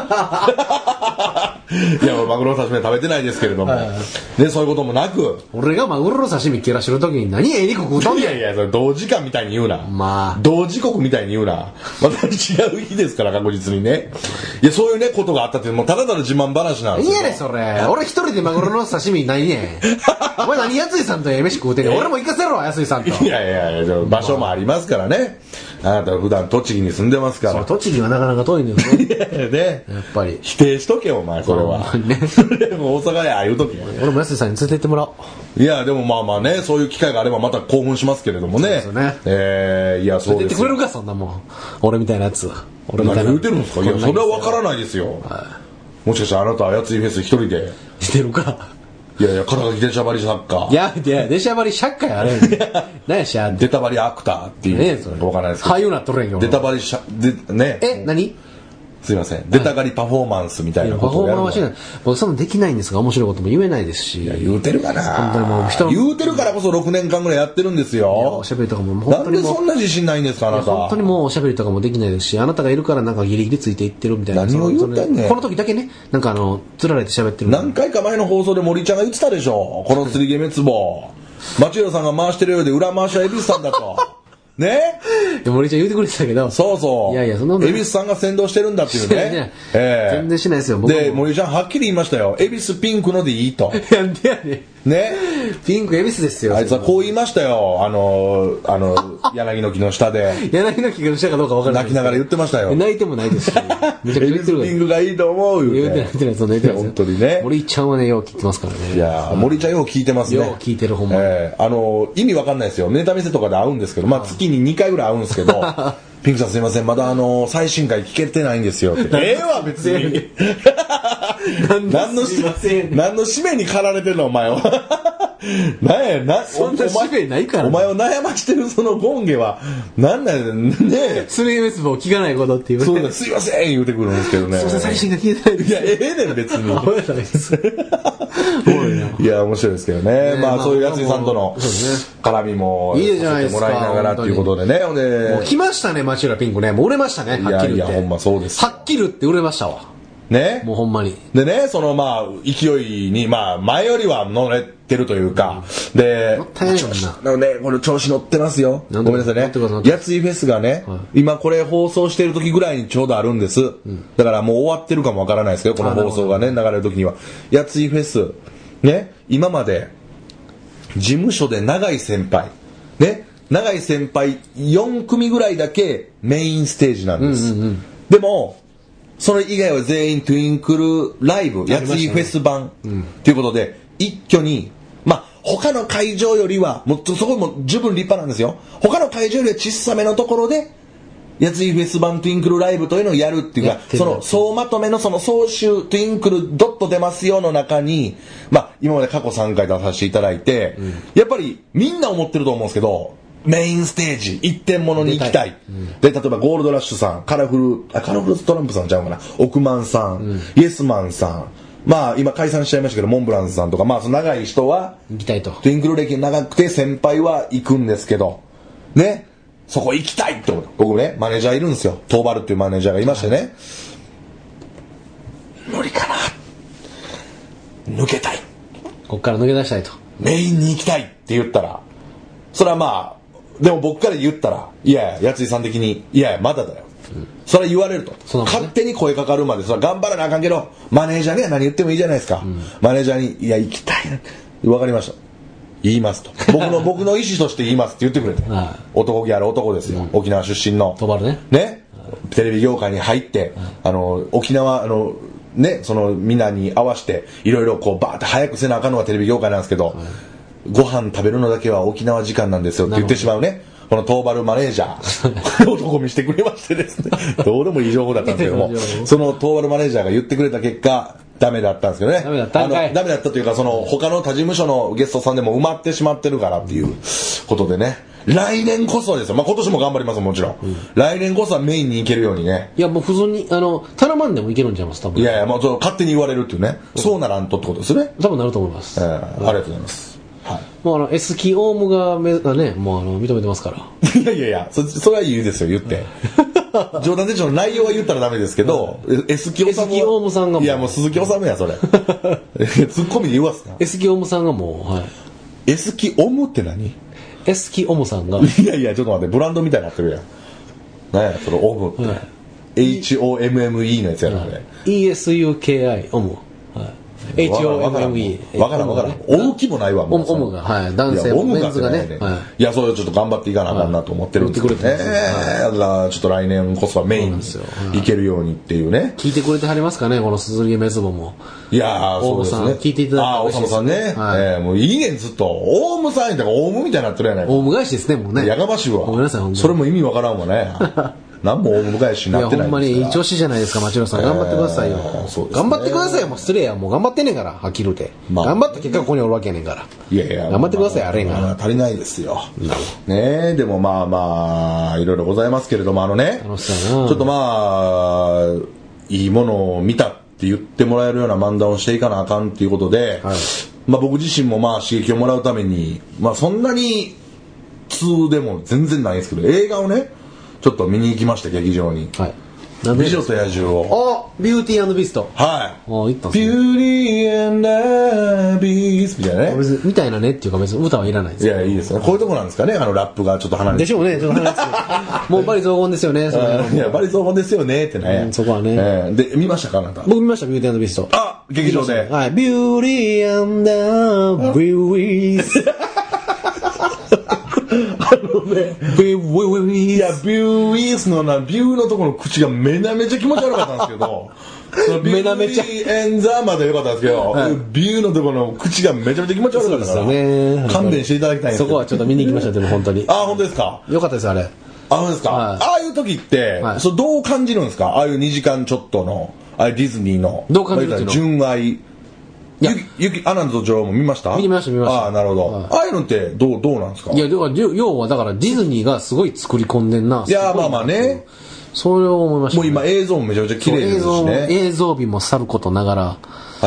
[SPEAKER 2] いや、俺マグロの刺身は食べてないですけれども。ね、そういうこともなく。
[SPEAKER 3] 俺がマグロの刺身切らしてる時に何ええ肉食うとん
[SPEAKER 2] い
[SPEAKER 3] ね
[SPEAKER 2] や
[SPEAKER 3] ん
[SPEAKER 2] いや、それ同時間みたいに言うな。
[SPEAKER 3] まあ
[SPEAKER 2] 同時刻みたいに言うな。また違う日ですから、確実にね。いや、そういうね、ことがあったって、もうただただ自慢話なんで
[SPEAKER 3] い
[SPEAKER 2] すよ。
[SPEAKER 3] やねんそれ俺一人でマグロの刺身な いねんお前何やついさんとええ飯食うてんねん俺も行かせろやついさんと
[SPEAKER 2] いやいやいやでも場所もありますからね。あなたは普段栃木に住んでますから。
[SPEAKER 3] 栃木はなかなか遠いんだよ ね
[SPEAKER 2] ね。
[SPEAKER 3] やっぱり
[SPEAKER 2] 否定しとけよ、お前、 それは。
[SPEAKER 3] ほんまにね
[SPEAKER 2] もう大阪や、ああいう時や。
[SPEAKER 3] 俺もやついさんに連れて行ってもらおう
[SPEAKER 2] いや、でもまあまあね、そういう機会があればまた興奮しますけれどもね。
[SPEAKER 3] そうですよね
[SPEAKER 2] えーいや、そう
[SPEAKER 3] 言
[SPEAKER 2] で
[SPEAKER 3] って
[SPEAKER 2] す
[SPEAKER 3] くれ
[SPEAKER 2] よ。
[SPEAKER 3] るかそんなもん俺みたいなやつは俺み
[SPEAKER 2] 何
[SPEAKER 3] たいな
[SPEAKER 2] 言うてるんですかいや、それはわからないですよ。もしかしてあなた、あやついフェス一人で。
[SPEAKER 3] 出てるか
[SPEAKER 2] いやいや、肩書き出しゃばりサッカー。
[SPEAKER 3] やめてや出しゃばり100回 あれやねん何やしゃって
[SPEAKER 2] 出たばりアクターっていう。
[SPEAKER 3] ねえそれ
[SPEAKER 2] わ からないですけど。
[SPEAKER 3] 俳優なっとるやんけ
[SPEAKER 2] 出たばりしゃ、で、ね。
[SPEAKER 3] え何
[SPEAKER 2] すいません。出たがりパフォーマンスみたい
[SPEAKER 3] いや
[SPEAKER 2] な
[SPEAKER 3] パ
[SPEAKER 2] こと
[SPEAKER 3] フォ
[SPEAKER 2] を
[SPEAKER 3] ー
[SPEAKER 2] や
[SPEAKER 3] マ
[SPEAKER 2] る
[SPEAKER 3] ー
[SPEAKER 2] の
[SPEAKER 3] はしない僕そんなできないんですが面白いことも言えないですし
[SPEAKER 2] いや言うてるかな
[SPEAKER 3] 本当にもう人の
[SPEAKER 2] 言うてるからこそ6年間ぐらいやってるんですよ
[SPEAKER 3] おしゃべりとかも
[SPEAKER 2] な
[SPEAKER 3] 本当
[SPEAKER 2] ん
[SPEAKER 3] に
[SPEAKER 2] で
[SPEAKER 3] もう
[SPEAKER 2] そんな自信ないんですかあなた
[SPEAKER 3] 本当にもうおしゃべりとかもできないですし、あなたがいるからなんかギリギリついていってるみたいな。
[SPEAKER 2] 何を言うてんねん
[SPEAKER 3] この時だけね、なんかあの、つられて喋ってる。
[SPEAKER 2] 何回か前の放送で森ちゃんが言ってた でしょこの釣りゲメツボ町浦さんが回してるようで裏回しは恵比寿さんだとね
[SPEAKER 3] で森ちゃん言うてくれてたけど。
[SPEAKER 2] そうそう。
[SPEAKER 3] いやいやそんなことない
[SPEAKER 2] 恵比寿さんが先導してるんだっていう
[SPEAKER 3] してない
[SPEAKER 2] ね
[SPEAKER 3] ね。
[SPEAKER 2] ええ
[SPEAKER 3] 全然しないですよ僕も
[SPEAKER 2] で、森ちゃんはっきり言いましたよ。恵比寿ピンクのでいいと。
[SPEAKER 3] なんでやね
[SPEAKER 2] ね。
[SPEAKER 3] ん。ピンク恵比寿ですよ。
[SPEAKER 2] あいつはこう言いましたよ。あの、あの、柳の木の下で。
[SPEAKER 3] 柳の気がしたかどうかわからない
[SPEAKER 2] 泣き
[SPEAKER 3] です。
[SPEAKER 2] ながら言ってましたよ。
[SPEAKER 3] 泣いてもないですし。めちゃくちゃ
[SPEAKER 2] エ
[SPEAKER 3] 言
[SPEAKER 2] ビ
[SPEAKER 3] っ
[SPEAKER 2] ス
[SPEAKER 3] てる
[SPEAKER 2] ピ
[SPEAKER 3] から。
[SPEAKER 2] ングがいいと思うよ。
[SPEAKER 3] 言ってない、言ってない、そんな言ってないですよ。
[SPEAKER 2] 本当にね。
[SPEAKER 3] 森ちゃんはね、よう聞いてますからね。
[SPEAKER 2] いやー森ちゃんよう聞いてますね。
[SPEAKER 3] よう聞いてるほんまに
[SPEAKER 2] ええあのー意味わかんないですよ。ネタ見せとかで会うんですけど、まあ月に2回ぐらい会うんです けど、ピンクさんすいません、まだあのー最新回聞けてないんですよ って。ええわ、別に。何のし、何の使命に駆られてんの、お前は。 なんや、な、
[SPEAKER 3] そんな使命ないから
[SPEAKER 2] お前お前を悩ましてるそのゴンゲは、なんなんやねんねえ。
[SPEAKER 3] スリーメスボを聞かないことっていうね。
[SPEAKER 2] そうだ、すいません言うてくるんですけどね。
[SPEAKER 3] すいません最新が聞いてないで
[SPEAKER 2] い
[SPEAKER 3] す。
[SPEAKER 2] や、ええねん、別に。
[SPEAKER 3] ごめんなさいです。おもろいない
[SPEAKER 2] や、面白いですけどね。ま
[SPEAKER 3] ま
[SPEAKER 2] あ、
[SPEAKER 3] あ
[SPEAKER 2] そういうやついさんとの
[SPEAKER 3] そうです
[SPEAKER 2] 絡みも、
[SPEAKER 3] いいじゃないですか
[SPEAKER 2] させてもらいながらということでね。ほん
[SPEAKER 3] もう
[SPEAKER 2] で、
[SPEAKER 3] 来ましたね、町浦ピンクね。もう売れましたね、はっきり言って。
[SPEAKER 2] いやいやほんまそうです
[SPEAKER 3] はっきり言って売れましたわ。
[SPEAKER 2] ね。
[SPEAKER 3] もうほんまに。
[SPEAKER 2] でね、そのまあ、勢いに、まあ、前よりは乗れてるというか、で
[SPEAKER 3] もったいないもんな、
[SPEAKER 2] なので、これ調子乗ってますよ。
[SPEAKER 3] な
[SPEAKER 2] ご
[SPEAKER 3] んで
[SPEAKER 2] めんなさい
[SPEAKER 3] 乗っ
[SPEAKER 2] ね
[SPEAKER 3] てください乗っ。てく
[SPEAKER 2] やついフェスがね、今これ放送してる時ぐらいにちょうどあるんです。だからもう終わってるかもわからないですけど、この
[SPEAKER 3] あな
[SPEAKER 2] 放
[SPEAKER 3] るほど
[SPEAKER 2] 送がね、流れる時には。やついフェス、ね、今まで、事務所で永井先輩、ね、永井先輩4組ぐらいだけメインステージなんです。でも、それ以外は全員トゥインクルライブ、やついフェス版、ということで、一挙に、まあ、他の会場よりは、もうそこも十分立派なんですよ。他の会場よりは小さめのところで、やついフェス版トゥインクルライブというのをやるっていうか、その総まとめのその総集トゥインクルドット出ますよの中に、まあ今まで過去3回出させていただいて、やっぱりみんな思ってると思うんですけど、メインステージ、一点物に行きたい。で、例えばゴールドラッシュさん、カラフル、あ、カラフルストランプさんちゃうかな、億万さん、イエスマンさん、まあ今解散しちゃいましたけど、モンブランさんとか、まあその長い人は、
[SPEAKER 3] 行きたいと。
[SPEAKER 2] トゥインクル歴長くて先輩は行くんですけど、ね、そこ行きたいってこと。僕ね、マネージャーいるんですよ。トーバルっていうマネージャーがいましてね。無理かな。抜けたい。
[SPEAKER 3] こっから抜け出したいと。
[SPEAKER 2] メインに行きたいって言ったら、それはまあ、でも僕から言ったら、いやいや、やついさん的に、いやいや、まだだよ。それは言われると、
[SPEAKER 3] そうだもん
[SPEAKER 2] 勝
[SPEAKER 3] ね
[SPEAKER 2] 手に声かかるまで、それは頑張らなあかんけど、マネージャーには何言ってもいいじゃないですか。マネージャーに、いや、行きたいな。わかりました。言いますと。僕の、僕の意思として言いますって言ってくれて
[SPEAKER 3] は。
[SPEAKER 2] 男気ある男ですよ。沖縄出身の。
[SPEAKER 3] 止まるね。
[SPEAKER 2] ね、テレビ業界に入って、あの沖縄あの、ね、そのみんなに合わせていろいろこうバーって早くせなあかんのがテレビ業界なんですけど、ご飯食べるのだけは沖縄時間なんですよって言ってしまうね。このトーバルマネージャ ー男見してくれましてですねどうでもいい情報だったんですけどもそのトーバルマネージャーが言ってくれた結果ダメだったんですけどね
[SPEAKER 3] ダメだったんかい
[SPEAKER 2] あのダメだったというかその他の他事務所のゲストさんでも埋まってしまってるからっていうことでね来年こそですよ、まあ、今年も頑張りますもちろん、来年こそはメインに行けるようにね
[SPEAKER 3] いや、もう普通に、あの、頼まんでもいけるんちゃいます、多分。
[SPEAKER 2] いやいや、まあ、その勝手に言われるっていうね、そうならんとってことですね、
[SPEAKER 3] 多分なると思います。
[SPEAKER 2] えーありがとうございます、は
[SPEAKER 3] もうあの、エスキオウムがめ、がね、もうあの、認めてますから。
[SPEAKER 2] い、いやいやいやそそれはいいですよ言って冗談でちょっと内容は言ったらダメですけど、え S 木治
[SPEAKER 3] S 木オウムさんがもう
[SPEAKER 2] いやもう鈴木治や それツッコミで言わすな
[SPEAKER 3] エスキオウムさんがもう、はい。
[SPEAKER 2] エスキオムって何
[SPEAKER 3] エスキオウムさんが、
[SPEAKER 2] いやいや、ちょっと待って、ブランドみたいになってるやん。何や、そのオムって。
[SPEAKER 3] は
[SPEAKER 2] HOMME のやつやな、あれ。
[SPEAKER 3] ESUKI オウム。はい。HOMME。
[SPEAKER 2] わからんわからん。大きもないわ、もう。
[SPEAKER 3] オムオムがはい男性
[SPEAKER 2] いやオム
[SPEAKER 3] メンズがね
[SPEAKER 2] なんてない
[SPEAKER 3] はい
[SPEAKER 2] や、それをちょっと頑張っていかなあかんなと思ってるんですけどね。
[SPEAKER 3] はい言ってくれて
[SPEAKER 2] えーだからちょっと来年こそはメインに
[SPEAKER 3] そうなんですよはい
[SPEAKER 2] 行けるようにっていうね。
[SPEAKER 3] 聞いてくれてはりますかね、この鈴木メズボも。
[SPEAKER 2] いやー、そう
[SPEAKER 3] 大野
[SPEAKER 2] です
[SPEAKER 3] さん
[SPEAKER 2] ね。
[SPEAKER 3] 聞いていただいて
[SPEAKER 2] あー、大
[SPEAKER 3] 嬉しい
[SPEAKER 2] 野
[SPEAKER 3] です
[SPEAKER 2] さんね。
[SPEAKER 3] はい
[SPEAKER 2] えーもういいねん、ずっと。オウムさんやったらオウムみたいになってるやないか
[SPEAKER 3] オウム返しですね、もうね。
[SPEAKER 2] やがましいわ。
[SPEAKER 3] ごめんなさい、ほんまに。
[SPEAKER 2] それも意味わからんわ ね。何もオウム返しに
[SPEAKER 3] い
[SPEAKER 2] な
[SPEAKER 3] や、
[SPEAKER 2] って
[SPEAKER 3] ほ
[SPEAKER 2] ない
[SPEAKER 3] んまにいい調子じゃないですか、町野さん。頑張ってくださいよ。
[SPEAKER 2] そうですね
[SPEAKER 3] 頑張ってくださいよ、もう失礼や。もう頑張ってんねんから、はっきり言うて。
[SPEAKER 2] まあ
[SPEAKER 3] 頑張った結果、ここにおるわけやねんから。
[SPEAKER 2] いやいや。
[SPEAKER 3] 頑張ってくださいあれが
[SPEAKER 2] まあ足りないですよ。ねえ、でもまあまあ、いろいろございますけれども、あのね、
[SPEAKER 3] 楽し
[SPEAKER 2] ち
[SPEAKER 3] そうや
[SPEAKER 2] ょ
[SPEAKER 3] な
[SPEAKER 2] っとまあ、いいものを見たって言ってもらえるような漫談をしていかなあかんっていうことで、
[SPEAKER 3] はい
[SPEAKER 2] まあ僕自身もまあ刺激をもらうために、まあそんなに普通でも全然ないんですけど、映画をね、ちょっと見に行きました、劇場に。
[SPEAKER 3] はい。なんで
[SPEAKER 2] 美女と野獣を。
[SPEAKER 4] おビューティービースト。
[SPEAKER 2] は
[SPEAKER 3] ああ、いったん
[SPEAKER 2] い。ビ
[SPEAKER 3] すね。
[SPEAKER 2] ューティービースみたいなね。
[SPEAKER 3] 別にみたいなねっていうか別に歌はいらないで
[SPEAKER 2] い
[SPEAKER 3] す。
[SPEAKER 2] や、いいですね。こういうとこなんですかね、あの、ラップがちょっと離れて
[SPEAKER 3] で。しょうね、ちょっと話して もうバリ雑言です よね、それ
[SPEAKER 2] うんいや、バリ雑言ですよね、って
[SPEAKER 3] う
[SPEAKER 2] ね
[SPEAKER 3] ん。そこはね
[SPEAKER 2] ええ。で、見ましたか、あなた。
[SPEAKER 3] 僕見ました、ビューティービースト。
[SPEAKER 2] あ劇場で。
[SPEAKER 3] はい、ビューティービースト。ビュー
[SPEAKER 2] いや、ビューイースのな、ビューのところの口がめなめちゃ気持ち悪かったんですけ ど、その
[SPEAKER 3] めなめちゃ
[SPEAKER 2] ビューエンザーまでよかったんですけど、
[SPEAKER 3] はい
[SPEAKER 2] ビューのところの口がめちゃめちゃ気持ち悪かったから、
[SPEAKER 3] そうですよね
[SPEAKER 2] 勘弁していただきたいんです
[SPEAKER 3] そ
[SPEAKER 2] け
[SPEAKER 3] こ
[SPEAKER 2] ど
[SPEAKER 3] はちょっと見に行きました、でも本当に。
[SPEAKER 2] ああ、本当ですか。
[SPEAKER 3] よかったです、あれ。
[SPEAKER 2] あ、本当ですか。
[SPEAKER 3] はい
[SPEAKER 2] ああいう時って、
[SPEAKER 3] はい
[SPEAKER 2] そうどう感じるんですかああいう2時間ちょっとの、ああいうディズニーの、
[SPEAKER 3] どう感じるっていうの
[SPEAKER 2] 純愛。
[SPEAKER 3] や
[SPEAKER 2] ゆき、ゆき、アナと女王も見ました
[SPEAKER 3] 見ました見ました
[SPEAKER 2] ああ、なるほど。
[SPEAKER 3] はい
[SPEAKER 2] ああいうのって、どう、どうなんですか
[SPEAKER 3] いや、だから、要要は、だから、ディズニーがすごい作り込んでんな。
[SPEAKER 2] いやまあまあね。
[SPEAKER 3] それを思いました
[SPEAKER 2] も
[SPEAKER 3] ね、
[SPEAKER 2] う今映像もめちゃめちゃ綺麗ですしね。
[SPEAKER 3] 映像映像美もさることながら、
[SPEAKER 2] は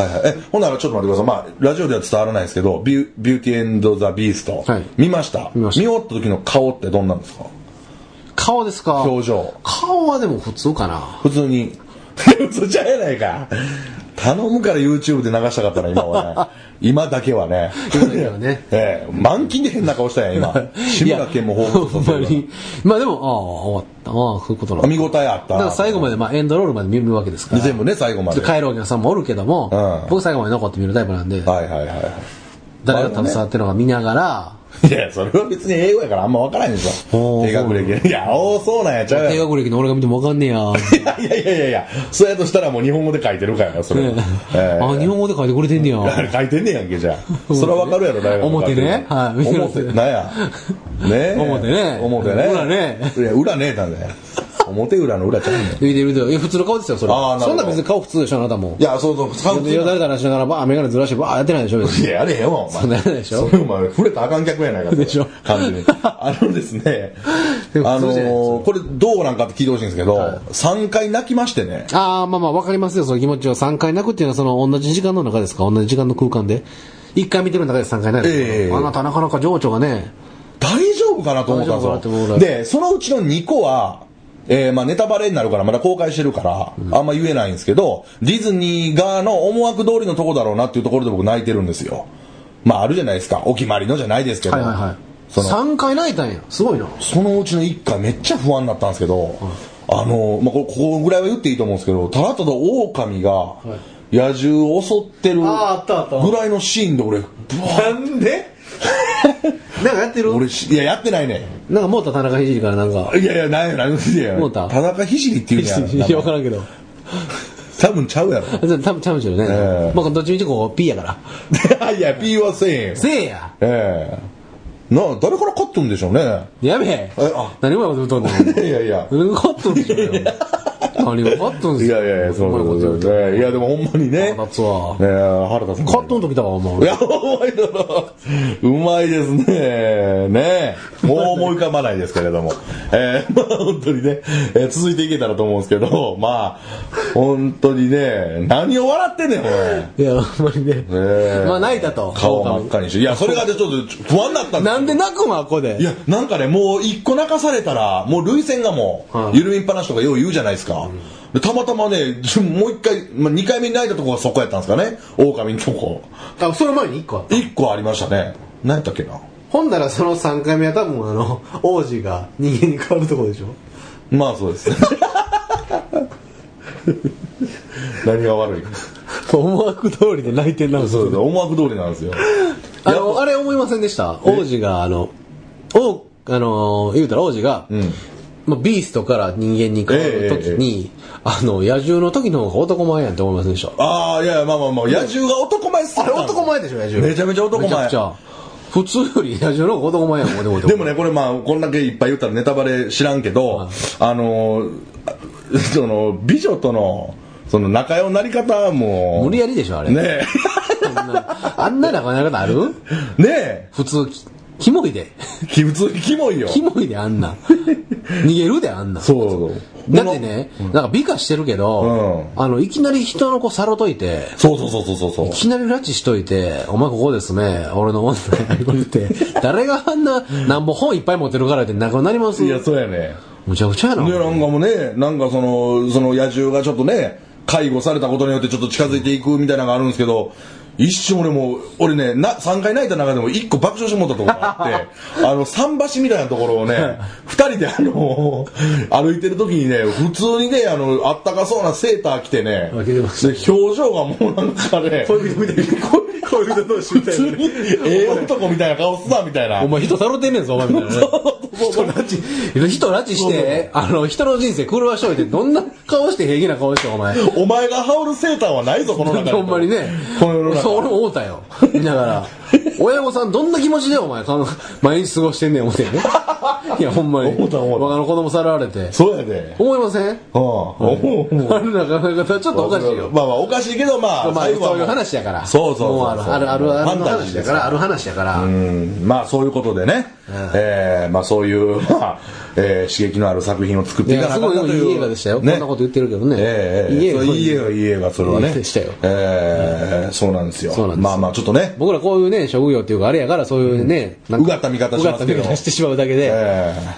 [SPEAKER 2] いはい。え、ほんならちょっと待ってください。まあ、ラジオでは伝わらないですけど、ビュービューティーエンド・ザ・ビースト、
[SPEAKER 3] はい
[SPEAKER 2] 見ました
[SPEAKER 3] 見ました
[SPEAKER 2] 終わった時の顔ってどんなんですか
[SPEAKER 3] 顔ですか
[SPEAKER 2] 表情。
[SPEAKER 3] 顔はでも普通かな。
[SPEAKER 2] 普通に。 嘘じゃやないか。頼むから YouTube で流したかったな、今 はね。今だけはね。
[SPEAKER 3] 今だけはね
[SPEAKER 2] ええ満金で変な顔したやん、今。志村けんも
[SPEAKER 3] ほ
[SPEAKER 2] 報告
[SPEAKER 3] んまに。まあでも、ああ、終わった。ああ、そういうことなんだ
[SPEAKER 2] 見応えあっ
[SPEAKER 3] だ
[SPEAKER 2] た。
[SPEAKER 3] から最後まで、まあ、エンドロールまで見るわけですから。
[SPEAKER 2] 全部ね、最後まで。はい
[SPEAKER 3] 帰るお客さんもおるけども、
[SPEAKER 2] うん
[SPEAKER 3] 僕最後まで残って見るタイプなんで、
[SPEAKER 2] はいはいは
[SPEAKER 3] 誰が携わってるのか見ながら、
[SPEAKER 2] い。いや、それは別に英語やからあんま分からへんでしょ。
[SPEAKER 3] おー
[SPEAKER 2] 低学歴。いや、おー、そうなんや、ちゃうやん
[SPEAKER 3] 低学歴の俺が見てもわかんねえや。
[SPEAKER 2] いやいやいやいや、そうやとしたらもう日本語で書いてるからよ、それ。 ええ
[SPEAKER 3] あ、日本語で書いてくれてんね
[SPEAKER 2] あ
[SPEAKER 3] や。
[SPEAKER 2] れ書いてんねやんけ、 じゃあ。それはわかるやろ、大学
[SPEAKER 3] 表ねはい
[SPEAKER 2] 表、なんや。ねえ
[SPEAKER 3] 表ね
[SPEAKER 2] 表ね。
[SPEAKER 3] 裏ね
[SPEAKER 2] いや、裏ねえなんだよ。表裏の裏ちゃう ねん。
[SPEAKER 3] 見てるで、いや普通の顔ですよ、それ。
[SPEAKER 2] あーなるほど
[SPEAKER 3] そんな別に顔普通でしょ、あなたも。
[SPEAKER 2] いや、そうそう、使う
[SPEAKER 3] いや、誰だらしながら、ばあ、メガネずらして、ばあ、やってないでしょ、別
[SPEAKER 2] い
[SPEAKER 3] に。
[SPEAKER 2] や、やれへんわ、お前。
[SPEAKER 3] そんなやらないでしょ
[SPEAKER 2] それお前、触れたらあかん客やないか。
[SPEAKER 3] でしょ
[SPEAKER 2] 感じに。あのですね、
[SPEAKER 3] でも
[SPEAKER 2] あ
[SPEAKER 3] 普通じゃないです
[SPEAKER 2] のー、これどうなんかって聞いてほしいんですけど、3回泣きましてね。
[SPEAKER 3] ああ、まあまあ、わかりますよ、その気持ちは。3回泣くっていうのは、その、同じ時間の中ですか同じ時間の空間で。1回見てる中で3回泣く。
[SPEAKER 2] ええ
[SPEAKER 3] あなた、なかなか情緒がね、
[SPEAKER 2] 大丈夫かなと思った
[SPEAKER 3] 大丈夫かなって思うんぐら
[SPEAKER 2] ですよ。
[SPEAKER 3] い
[SPEAKER 2] で、そのうちの2個は、えーまあネタバレになるから、まだ公開してるから、あんま言えないんですけど、ディズニー側の思惑通りのとこだろうなっていうところで僕泣いてるんですよ。まああるじゃないですか。お決まりのじゃないですけど。
[SPEAKER 3] はいはいはい。
[SPEAKER 2] その
[SPEAKER 3] 3回泣いたんや。すごいな。
[SPEAKER 2] そのうちの1回めっちゃ不安になったんですけど、あの、まあこれ、ここぐらいは言っていいと思うんですけど、ただただ狼が野獣を襲ってるぐ
[SPEAKER 4] あーあったあった
[SPEAKER 2] らいのシーンで俺、
[SPEAKER 4] なんでなんかやってる
[SPEAKER 2] 俺し、いや、やってないね。
[SPEAKER 3] なんか、もうた田中ひじりからなんか、
[SPEAKER 2] いやいや、ないよ、ないよ、いやい
[SPEAKER 3] 思
[SPEAKER 2] や。
[SPEAKER 3] った
[SPEAKER 2] 田中ひじりっていうん や
[SPEAKER 3] いや、わからんけど。
[SPEAKER 2] 多分ちゃう やろ。
[SPEAKER 3] あじゃあ多分ちゃうでしょうね。
[SPEAKER 2] ええ
[SPEAKER 3] まあ、どっちみちこう、P やから。
[SPEAKER 2] いや、P はせえへんよ。
[SPEAKER 3] せいや
[SPEAKER 2] ええな、誰から買っとんでしょうね。
[SPEAKER 3] やべえ
[SPEAKER 2] えあ
[SPEAKER 3] 何もやこと言うとんの
[SPEAKER 2] いやいや。
[SPEAKER 3] 何が勝ったんでしょうね何が勝ったん
[SPEAKER 2] い
[SPEAKER 3] すよ
[SPEAKER 2] やいやいや、そういうことですね。いや、でもほんまにね。
[SPEAKER 3] 腹立つわ
[SPEAKER 2] ねえ腹立つ。
[SPEAKER 3] カットの時だわ、お前
[SPEAKER 2] い。や、うまいだろ。うまいですね。ねえもう思い浮かばないですけれども。え ー、まあ本当にね、えー続いていけたらと思うんですけど、まあ、本当にね、何を笑ってんねん、これ。
[SPEAKER 3] いや、ほんまにね。
[SPEAKER 2] ええ
[SPEAKER 3] まあ、泣いたと。
[SPEAKER 2] 顔真っ赤にして。いや、それがでちょっと不安になったんですよ
[SPEAKER 3] なんで泣くん、あっこで。
[SPEAKER 2] いや、なんかね、もう一個泣かされたら、もう涙腺がも
[SPEAKER 3] は
[SPEAKER 2] う、
[SPEAKER 3] い
[SPEAKER 2] 緩みっぱなしとかよう言うじゃないですか。でたまたまね、じゅもう一回、まあ、二回目に泣いたとこがそこやったんですかね。狼のとこ。
[SPEAKER 4] あ、その前に一個あった。
[SPEAKER 2] 一個ありましたね。何やったっけな。
[SPEAKER 4] ほんならその3回目は多分あの、王子が人間に変わるとこでしょ
[SPEAKER 2] まあそうです。何が悪い
[SPEAKER 3] 思惑通りで泣いてんな。
[SPEAKER 2] そうです。思惑通りなんですよ。
[SPEAKER 3] あの、あれ思いませんでした王子が、あの、王、あの、言うたら王子が、
[SPEAKER 2] うん。
[SPEAKER 3] まあ、ビーストから人間に変わる時に、あの、野獣の時の方が男前やんって思いませんでした
[SPEAKER 2] ああ、いやいや、まあまあまあ、野獣が男前っすよ
[SPEAKER 4] あれ男前でしょ、野
[SPEAKER 2] め
[SPEAKER 4] 獣。
[SPEAKER 2] ちゃめちゃ男
[SPEAKER 3] めちゃ
[SPEAKER 2] 前
[SPEAKER 3] くち。ゃ。普通より野獣の方が男前やん、思って
[SPEAKER 2] でもね、これまあ、こんだけいっぱい言ったらネタバレ知らんけど、あのー、 あその、美女との、その仲良なり方も、
[SPEAKER 3] 無理やりでしょ、あれ。
[SPEAKER 2] ね
[SPEAKER 3] あんな仲間な方ある
[SPEAKER 2] え、 ね
[SPEAKER 3] 普通き、キモいで。
[SPEAKER 2] え、き普通にキモいよ。
[SPEAKER 3] キモいで、あんな。逃げるで、あんな。
[SPEAKER 2] そうそうそう。
[SPEAKER 3] だってね、なんか美化してるけど、
[SPEAKER 2] う
[SPEAKER 3] あの、いきなり人の子さらといて、
[SPEAKER 2] そうそうそうそうそう
[SPEAKER 3] い。きなり拉致しといて、お前ここですね、俺の女や言うて、誰があんな、なんぼ本いっぱい持ってるからってなくなります
[SPEAKER 2] いや、そうやね。
[SPEAKER 3] むちゃくちゃやな
[SPEAKER 2] でなんかもうねなんかそのその野獣がちょっとね介護されたことによってちょっと近づいていくみたいなのがあるんですけど一瞬俺も俺ねな3回泣いた中でも1個爆笑してもったところがあって あの桟橋みたいなところをね2人であの歩いてる時にね普通にねあのあったかそうなセーター着てね
[SPEAKER 4] あ着てまし
[SPEAKER 2] で表情がもうなんかね
[SPEAKER 4] 恋人みたいな恋人同士みたいな
[SPEAKER 2] 普通にええ男みたいな顔すなみたいな
[SPEAKER 3] お前人揃ってんねんぞお前みたいなね
[SPEAKER 4] 人たち
[SPEAKER 3] 人拉致してあの人の人生狂わしといてどんな顔して平気な顔してお前
[SPEAKER 2] お前が羽織るセーターはないぞこの中に
[SPEAKER 3] ほんまにね
[SPEAKER 2] この世の中
[SPEAKER 3] そう俺も思ったよ見ながら親御さんどんな気持ちでお前かの毎日過ごしてんねん思ってね いやほんまに
[SPEAKER 2] 思った思った
[SPEAKER 3] 若の子供さらわれて
[SPEAKER 2] そうやで
[SPEAKER 3] 思いません
[SPEAKER 2] うん思う思う
[SPEAKER 3] あれなかなかちょっとおかしいよ
[SPEAKER 2] まあまあおかしいけどまあ
[SPEAKER 3] まあ
[SPEAKER 2] 最後は
[SPEAKER 3] そ
[SPEAKER 2] も
[SPEAKER 3] ういう話やから
[SPEAKER 2] そうそうそう
[SPEAKER 3] もあるあるあるある
[SPEAKER 2] ファンタジ
[SPEAKER 3] 話
[SPEAKER 2] ーで
[SPEAKER 3] や
[SPEAKER 2] す
[SPEAKER 3] か
[SPEAKER 2] から
[SPEAKER 3] ある話やから
[SPEAKER 2] うんまあそういうことでね、えーまあそういう、まあえー刺激のある作品を作っ
[SPEAKER 3] い
[SPEAKER 2] ていか
[SPEAKER 3] や
[SPEAKER 2] なあ
[SPEAKER 3] す
[SPEAKER 2] か
[SPEAKER 3] ご
[SPEAKER 2] んな
[SPEAKER 3] いでも
[SPEAKER 2] という
[SPEAKER 3] いい映画でしたよこんなこと言ってるけどね
[SPEAKER 2] ええええ
[SPEAKER 3] いい映
[SPEAKER 2] そ
[SPEAKER 3] 画
[SPEAKER 2] ういい映画いい映画それはね
[SPEAKER 3] いい映画でしたよ
[SPEAKER 2] ええそうなんですよ
[SPEAKER 3] そうなんですよ
[SPEAKER 2] まあまあちょっとね
[SPEAKER 3] 僕らこういうね職業っていうかあれやからそういうねなん
[SPEAKER 2] うがった見方しますけど
[SPEAKER 3] うがった見方してしまうだけで
[SPEAKER 2] ええ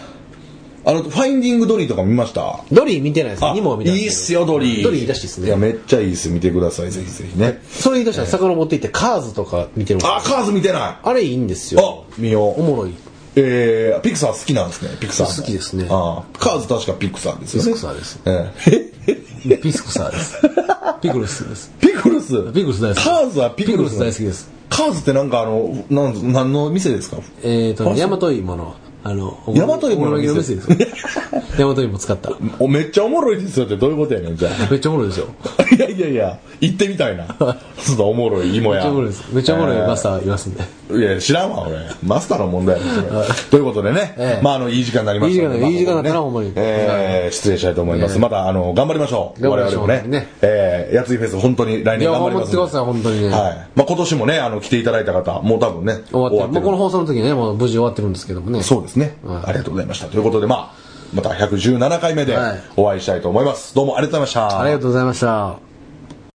[SPEAKER 2] あの「ファインディング・ドリー」とか見ました
[SPEAKER 3] ドリー見てないです
[SPEAKER 2] あ
[SPEAKER 3] にも見てない
[SPEAKER 2] いいっすよドリー
[SPEAKER 3] ドリーいいらしいっすね
[SPEAKER 2] いやめっちゃいいっす見てくださいぜひぜひね
[SPEAKER 3] それ言い出したら魚持って行ってカーズとか見てる
[SPEAKER 2] あカーズ見てない
[SPEAKER 3] あれいいんです
[SPEAKER 2] あ
[SPEAKER 3] よ
[SPEAKER 2] 見よう
[SPEAKER 3] おもろい
[SPEAKER 2] えー、ピクサー好きなんですねピクサー
[SPEAKER 3] 好きですね
[SPEAKER 2] ああカーズ確かピクサーですよね
[SPEAKER 3] ピクサーです
[SPEAKER 2] え
[SPEAKER 3] ピスクサーです ピクルスです
[SPEAKER 2] えピクルス
[SPEAKER 3] ピクルス大好き
[SPEAKER 2] カーズはピクルス
[SPEAKER 3] ピクルス大好きです
[SPEAKER 2] カーズってなんかあのなん何の店ですか
[SPEAKER 3] えっと
[SPEAKER 2] あ
[SPEAKER 3] 大和芋のあのお
[SPEAKER 2] 大和芋の
[SPEAKER 3] お好み
[SPEAKER 2] 店
[SPEAKER 3] の店ですよ 大和芋使った
[SPEAKER 2] おめっちゃおもろいですよってどういうことやねんじゃあ
[SPEAKER 3] めっちゃおもろいですよ
[SPEAKER 2] いやいやいや行ってみたいな そうだおもろい芋
[SPEAKER 3] めっ
[SPEAKER 2] や
[SPEAKER 3] ちゃおもろいですめっちゃおもろい
[SPEAKER 2] えー
[SPEAKER 3] マスターいますんで
[SPEAKER 2] いや知らんわ俺マスターの問題やねんそれということでね、
[SPEAKER 3] ええ
[SPEAKER 2] まああのいい時間になりましたので
[SPEAKER 3] いい時
[SPEAKER 2] ま
[SPEAKER 3] 間
[SPEAKER 2] あ
[SPEAKER 3] いい時間だったな
[SPEAKER 2] ここでね
[SPEAKER 3] ほんまに
[SPEAKER 2] ええ失礼したいと思います、またあの頑張りましょう
[SPEAKER 3] 頑張りましょう
[SPEAKER 2] 我々も
[SPEAKER 3] 本当に
[SPEAKER 2] ね
[SPEAKER 3] ね
[SPEAKER 2] ええやついフェス本当に来
[SPEAKER 3] い
[SPEAKER 2] 年
[SPEAKER 3] や
[SPEAKER 2] 頑張
[SPEAKER 3] 頑
[SPEAKER 2] りま
[SPEAKER 3] 張っ
[SPEAKER 2] す
[SPEAKER 3] てください本当にね
[SPEAKER 2] はいまあ、今年もねあの来ていただいた方もう多分ね
[SPEAKER 3] 終わってるもうこの
[SPEAKER 2] る
[SPEAKER 3] 放送の時ねもう無事終わってるんですけどもね
[SPEAKER 2] そうですね、
[SPEAKER 3] ん
[SPEAKER 2] ありがとうございましたということでまあまた117回目で
[SPEAKER 3] はい
[SPEAKER 2] お会いしたいと思います、どうもありがとうございました
[SPEAKER 3] ありがとうございました